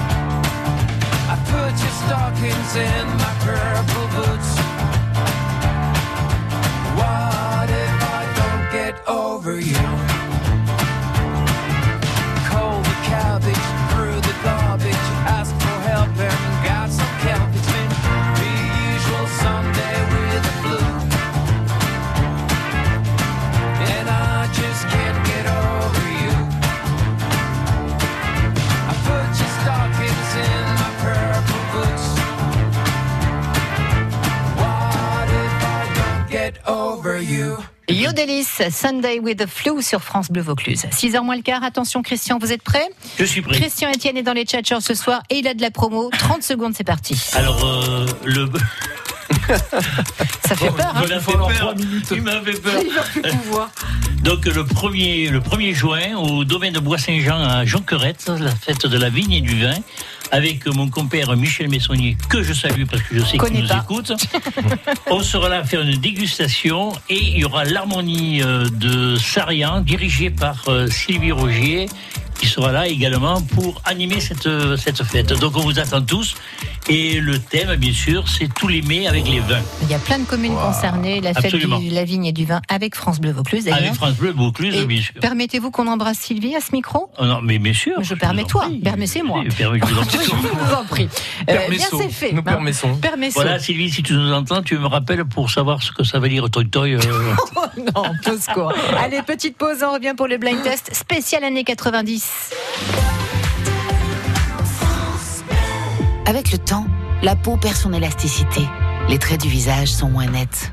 I put your stockings in my purple boots. What if I don't get over you? Cold the cabbage, threw the garbage, asked for help and got some help. It's been the usual Sunday with the flu. And I just can't get over you. I put your stockings in my purple boots. What if I don't get over you?
Yodelis, Sunday with the Flu sur France Bleu Vaucluse. 6h moins le quart. Attention, Christian, vous êtes prêts
Je suis prêt.
Christian Etienne est dans les chatchers ce soir et il a de la promo. 30 secondes, c'est parti.
Alors, euh, le.
Ça fait peur, hein.
Il m'a fait peur. Il m'a fait peur. Euh, Donc le 1er, le 1er juin, au domaine de Bois-Saint-Jean à Jonquerette, la fête de la vigne et du vin, avec mon compère Michel Messonnier, que je salue parce que je sais qu'il nous écoute. On sera là à faire une dégustation et il y aura l'harmonie euh, de Sarian, dirigée par euh, Sylvie Rogier, qui sera là également pour animer cette, euh, cette fête. Donc on vous attend tous. Et le thème, bien sûr, c'est tous les mets avec les vins.
Il y a plein de communes concernées, la fête
Absolument.
de la vigne et du vin avec France Bleu Vaucluse
Avec
d'ailleurs.
France Bleu, Vaucluse, bien sûr.
Permettez-vous qu'on embrasse Sylvie à ce micro
Oh non, mais bien sûr.
Je permets toi, permettez-moi.
Oui, permets- je vous en prie.
Je vous en prie. Euh, bien c'est fait. hein. Permessons.
Voilà, Sylvie, si tu nous entends, tu me rappelles pour savoir ce que ça veut dire Toy Toy. euh.
Oh non, pause quoi. Allez, petite pause, on revient pour le blind test spécial années 90.
Avec le temps, la peau perd son élasticité. Les traits du visage sont moins nets.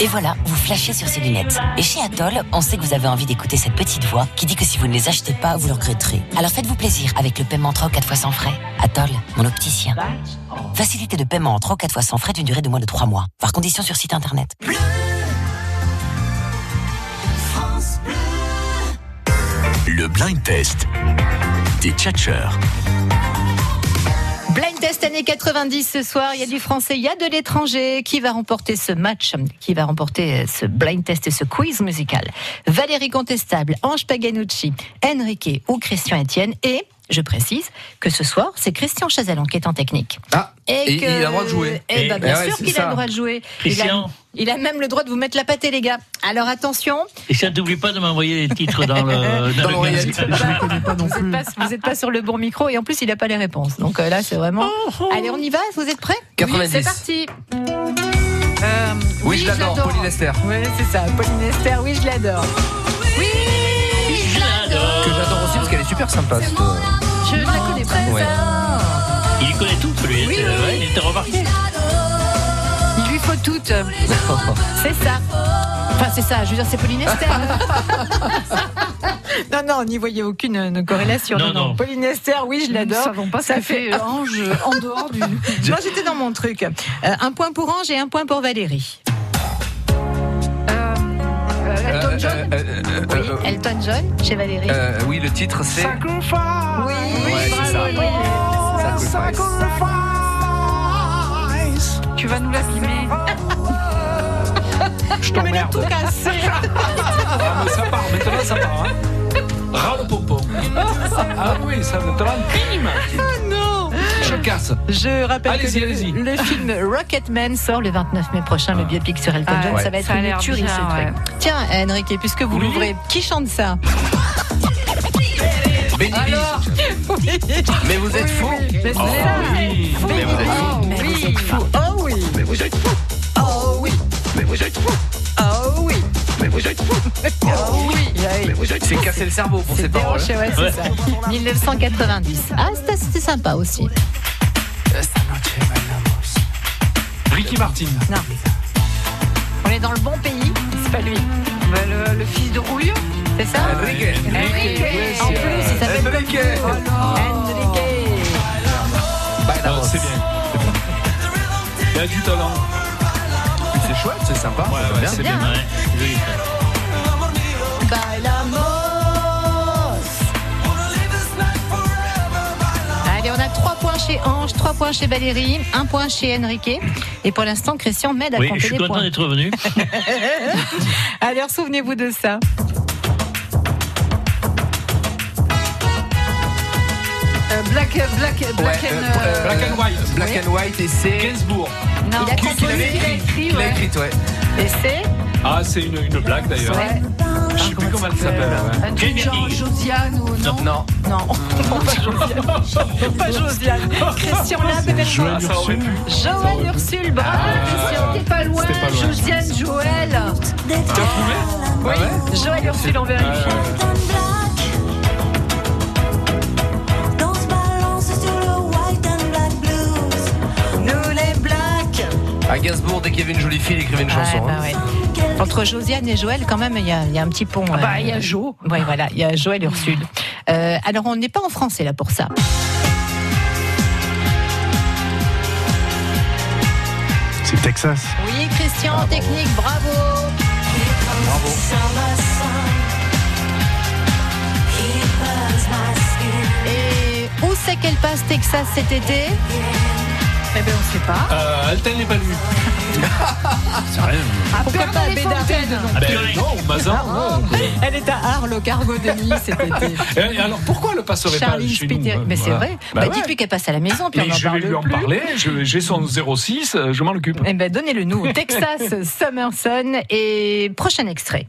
Et voilà, vous flashez sur ces lunettes. Et chez Atoll, on sait que vous avez envie d'écouter cette petite voix qui dit que si vous ne les achetez pas, vous le regretterez. Alors faites-vous plaisir avec le paiement en 3 ou 4 fois sans frais. Atoll, mon opticien. Facilité de paiement en 3 ou 4 fois sans frais d'une durée de moins de 3 mois. Par condition sur site internet.
Le blind test des tchatcheurs.
Blind Test années 90 ce soir. Il y a du français, il y a de l'étranger. Qui va remporter ce match Qui va remporter euh, ce blind test et ce quiz musical Valérie Contestable, Ange Paganucci, Enrique ou Christian Etienne et. Je précise que ce soir, c'est Christian Chazalon qui est en technique.
Ah,
et,
et il a le droit de jouer.
Eh ben,
Et-
bien
eh ouais,
sûr
c'est
qu'il a
ça.
le droit de jouer.
Christian.
Il a, il a même le droit de vous mettre la pâtée, les gars. Alors attention,
Et ça, t'oublie pas de m'envoyer les titres dans le.
Dans l'oreillette.
le casque.
vous n'êtes pas, vous êtes pas sur le bon micro et en plus, il n'a pas les réponses. Donc euh, là, c'est vraiment.
Oh,
Allez, on y va Vous êtes prêts
90.
Oui, c'est parti.
Oui, je l'adore, Pauline Esther.
Oui, c'est ça, Pauline Esther, oui, je l'adore. Oui, je l'adore.
Que j'adore aussi parce qu'elle est super sympa. cette, euh,
Je ne la connais pas.
Ouais.
Il connaît tout, celui
Oui,
c'est-
oui,
ouais, Il était remarqué.
Il lui faut toutes. C'est ça. Enfin, c'est ça, je veux dire, c'est Pauline Esther. non, non, on n'y voyait aucune euh, corrélation.
Non, non.
Pauline Esther, oui, je l'adore.
Nous savons pas ce que fait euh, Ange en dehors du.
Moi, j'étais dans mon truc. Euh, un point pour Ange et un point pour Valérie.
euh, euh, euh, euh, euh,
Elton John, chez Valérie.
euh, Oui, le titre c'est.
Oui,
Ouais, c'est ça.
Tu vas nous l'abîmer.
Je t'emmerde.
cassé.
Ah, mais ça part, maintenant ça part.
Ah.
Hein. Râle au pompon. Ah oui, ça me rend crime.
Ah non
Je casse.
Je rappelle
Allez-y,
que
allez-y.
le, le film Rocketman sort le 29 mai prochain, le biopic sur Elton
Ah,
John.
ouais.
Ça va être
Ça a
une
l'air
tuerie,
bien,
ce truc.
ouais.
Tiens, Enrique, puisque vous l'ouvrez, qui chante ça
Benny B. Mais vous êtes fous
Mais
Oh oui. Mais vous êtes fous
Mais vous êtes fous. Oh
Mais vous êtes fous
oui Oh oui
Mais vous êtes fous
Oh oui
Mais vous êtes fous
Oh oui
Mais vous êtes C'est casser le cerveau pour ces paroles.
Déhanché, ouais, c'est ça. 1990. Ah, c'était- c'était sympa aussi.
Ricky Martin.
Non. On est dans le bon pays, c'est pas lui. le, fils de Rouillon C'est ça
Ah,
Enrique.
Enrique. En plus,
euh,
il s'appelle comme
Enrique.
nous. Enrique.
Ah, c'est bien. Il y a du talent.
C'est chouette, c'est sympa.
Ouais, ouais,
bien.
c'est bien.
Allez, on a 3 points chez Ange, 3 points chez Valérie, 1 point chez Enrique. Et pour l'instant, Christian m'aide à
Oui, je
compter
suis
les
content
points.
d'être revenu.
euh,
Alors, souvenez-vous de ça.
Euh, Black, Black, Black
Ouais,
and,
euh,
euh,
Black
and White.
Black and White et c'est. Gainsbourg.
Non.
Il a
Qui
composé,
l'avait
il a
écrit
écrit,
Il a
ouais.
écrit, ouais.
euh, Et c'est
Ah, c'est une, une blague d'ailleurs.
Ouais.
Je sais plus comment elle s'appelle. hein ouais.
un truc genre Josiane ou non
Non.
Non, pas Josiane. pas Josiane. Christian là, peut-être
Joanne Ah.
pas.
Ursule.
Joanne Ursule, bravo Christian, t'es pas loin.
C'était pas loin.
Josiane, Joël.
T'as trouvé
Oui, Joël Ursule, on vérifie. Nous les Blacks.
À Gainsbourg, dès qu'il y avait une jolie fille, il écrivait une chanson.
Ouais, bah
hein.
ouais. Entre Josiane et Joël, quand même, il y, a- il y a un petit pont.
Ah bah, il y a Jo.
Oui, voilà, il y a Joël Ursule. Euh, alors, on n'est pas en français là pour ça.
C'est Texas.
Oui, Christian, en technique, bravo.
Bravo.
Et où c'est qu'elle passe Texas cet été Eh bien, on sait pas.
Euh, Alten n'est pas venu. C'est rien.
Pourquoi pas à Bédarène
Ah, ben, non, Mazan. non.
Ah, Elle est à Arles, au cargo de nuit cet été.
Et alors pourquoi le passerait pas
Charlie
chez nous
Spiteri. Mais c'est
Voilà.
vrai.
Bah
Bah,
ouais.
Dites-lui qu'elle passe à la maison, puis
Mais
on en
je vais
parle
lui en
plus.
parler, je- j'ai son 06, euh, je m'en occupe.
Eh ben, donnez-le nous. Texas, Summerson et prochain extrait.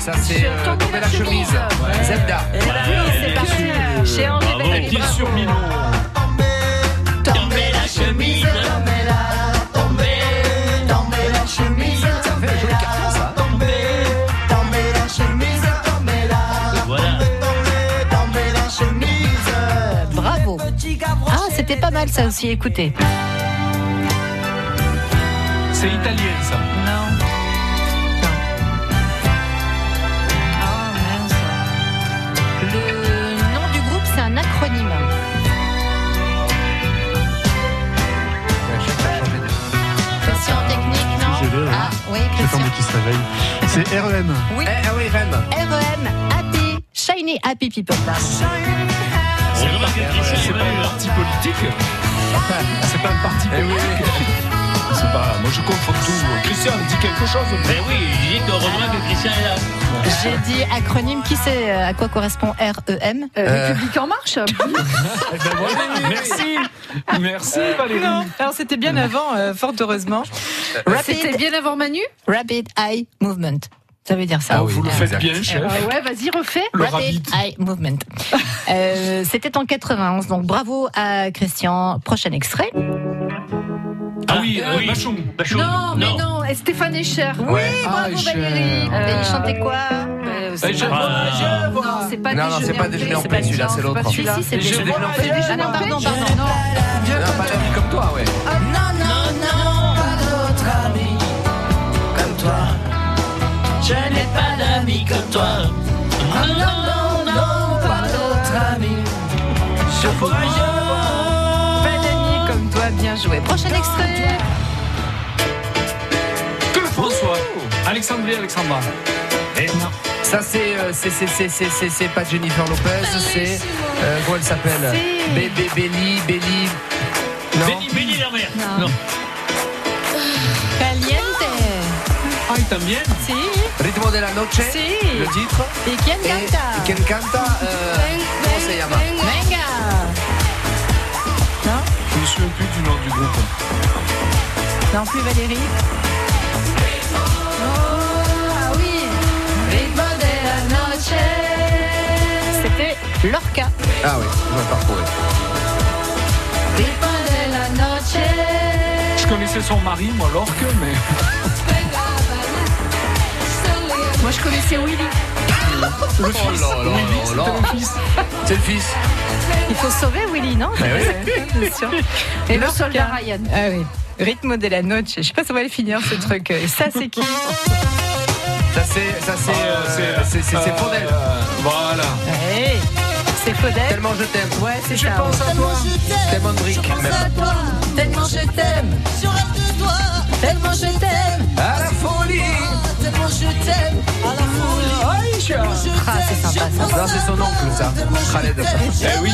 Ça, c'est euh, Tomber la chemise. Zelda.
C'est parti. Chez Angers
Les pieds sur Mino.
Tombez la chemise.
Eh,
Voilà.
Bravo. Ah, c'était pas mal ça aussi, écoutez.
C'est italien ça.
Le nom du groupe, c'est un acronyme. Christian Technique,
hein.
non Ah, oui, Christian.
qui se réveille. C'est E REM.
Oui.
E
E
Eh, ah oui, REM.
REM, Happy, Shiny Happy People.
C'est pas, c'est pas un parti politique. C'est pas un parti
Eh
politique. C'est pas. Moi je confonds tout. Christian, dit quelque chose.
Mais Eh oui, il dit qu'on remarque que Christian est là.
J'ai dit acronyme, qui sait euh, à quoi correspond E REM
Euh, République en marche
Eh ben Merci Merci Valérie Euh,
Non, alors c'était bien avant, euh, fort heureusement.
C'était bien avant Manu
Rapid Eye Movement. Ça veut dire ça.
Ah, vous le faites bien, chef.
Ah ouais, vas-y, refais.
Le
Rapid Eye Movement. Euh, C'était en 91, donc bravo à Christian. Prochain extrait.
Ah oui, euh, Bachung. Bachung.
Non, mais non, et Stéphane Echer. Oui,
Ah,
bravo Valérie.
Il chantait quoi
Eh,
Euh,
Et je
pas-
vois, je vois.
Non, c'est pas
Non, non,
déjeuner
c'est pas
en paix,
déjeuner en
c'est
paix,
pas
celui-là,
ça,
c'est l'autre.
pas celui-là.
Si, si, c'est
Déjeuner
déjeuner en
en
paix.
paix. Ah non, pardon, pardon, non.
Non, pas d'amis comme toi, ouais.
Non, non, non, pas d'autre ami comme toi. Je n'ai pas d'amis comme toi. Ah non, non, non, pas d'autre ami. Je voyage.
Valérie, comme toi, bien joué. Prochain extrait.
François. Alexandrie, Alexandra.
Eh, Ça c'est euh, c'est c'est c'est c'est c'est c'est pas Jennifer Lopez, c'est euh, comment elle s'appelle Bébé Belly Belly. Non.
Béni, béni la mère. Non.
Caliente.
Ah, il t'aime bien
Si.
Ritmo de la noche.
Si.
Le titre.
Et quien canta
Et quien canta euh, comment ça llama
Venga.
Hein?
Je me souviens plus du nom du groupe.
Non plus Valérie.
Oh, Ah oui, ritmo de la noche.
C'était Lorca.
Ah oui, on va parcourir.
Ritmo de la noche.
Je connaissais son mari, moi, Lorque, mais.
Moi, je connaissais Willy.
Le fils. Oh là là là là. C'est le fils.
Il faut sauver Willy, non
Ben oui.
Bien sûr.
Et le
Lorca.
soldat Ryan.
Ah oui. Ritmo de la noche. Je sais pas si on va le finir ce truc. Et Ça c'est qui
Ça c'est ça c'est euh, c'est c'est c'est Faudel.
Euh, Voilà.
Ouais.
Eh,
C'est Faudel.
Tellement je t'aime.
Ouais, c'est ça.
à toi. Tellement de briques. même.
toi, tellement je t'aime. Je rêve de toi, tellement je t'aime.
À la folie.
Tellement je t'aime, à la folie. Tellement je
Ah, c'est sympa ça.
Non, c'est son oncle ça. Khaled.
Eh oui.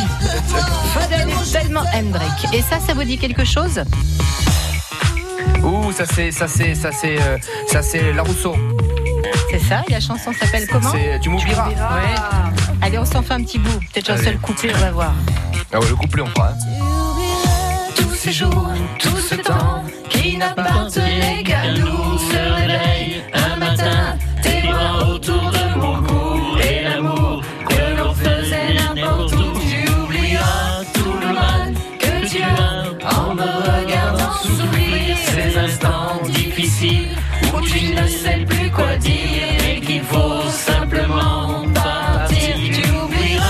Faudel est tellement Hendrik. Et ça, ça vous dit quelque chose
Ouh, ça c'est ça c'est ça c'est euh, ça c'est La Rousseau.
C'est ça. Et la chanson s'appelle comment
C'est tu m'oublieras.
Ouais. Allez, on s'en fait un petit bout. Peut-être un
Allez.
seul couplet, on va voir.
Ah ouais, le couplet on fera. hein.
Tous ces jours, tout ce temps qui n'appartenait qu'à nous se réveille un matin. Tes bras autour de mon cou et l'amour que l'on faisait n'importe où. Tu oublieras tout le mal que tu as en me regardant sourire. Ces instants difficiles où tu ne sais plus quoi dire et qu'il faut simplement partir. Tu oublieras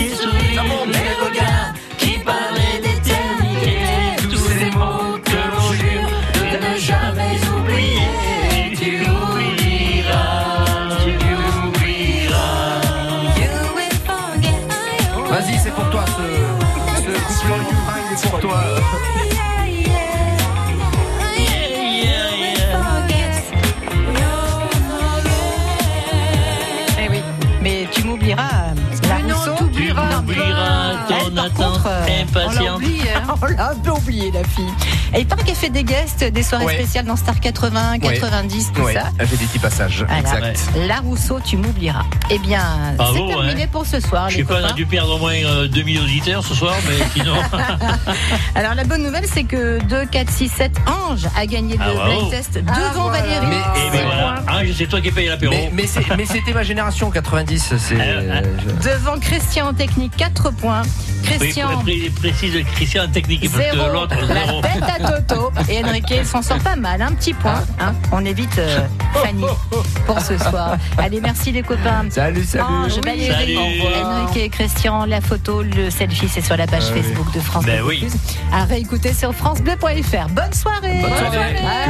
les sourires, les regards qui parlaient d'éternité, tous ces mots que l'on jure de ne jamais oublier. Tu oublieras, tu oublieras.
Vas-y, c'est pour toi ce, ce couplet. C'est pour toi. euh.
Eh oui. Mais tu m'oublieras. euh, La Rousseau.
Tu oublieras
Elle,
ton
par contre,
attente
euh,
impatiente.
on l'a un peu oublié, la fille. Et il paraît qu'elle fait des guests, des soirées
Ouais.
spéciales dans Star 80, 90, tout
Ouais,
ça.
elle fait des petits passages.
Voilà.
Exact.
La Rousseau, tu m'oublieras. Eh bien,
Bravo,
c'est terminé pour ce soir,
Je
les
sais pas, on
copains.
a dû perdre au moins euh, 2000 auditeurs ce soir, mais sinon.
Alors, la bonne nouvelle, c'est que 2, 4, 6, 7, Ange a gagné le
Ah, bravo.
blind test devant Valérie.
Mais,
Et ben voilà. Ah, c'est toi qui paye l'apéro. Ah.
mais, mais c'est- mais c'était ma génération 90. C'est. euh, je-
Devant Christian en technique, 4 points.
Oui,
Christian.
pré- pré- précise Christian en technique parce que
Zéro,
l'autre
la
zéro.
bête à Toto et Enrique il s'en sort pas mal, un petit point. hein. On évite euh, Fanny pour ce soir. Allez, merci les copains.
Salut, salut.
Ange, Valérie,
Salut.
Enrique et Christian, la photo, le selfie, c'est sur la page
Ah oui.
Facebook de France
Ben
Bleu
oui.
Plus. À réécouter sur francebleu.fr. Bonne soirée.
Bonne soirée.
Bye.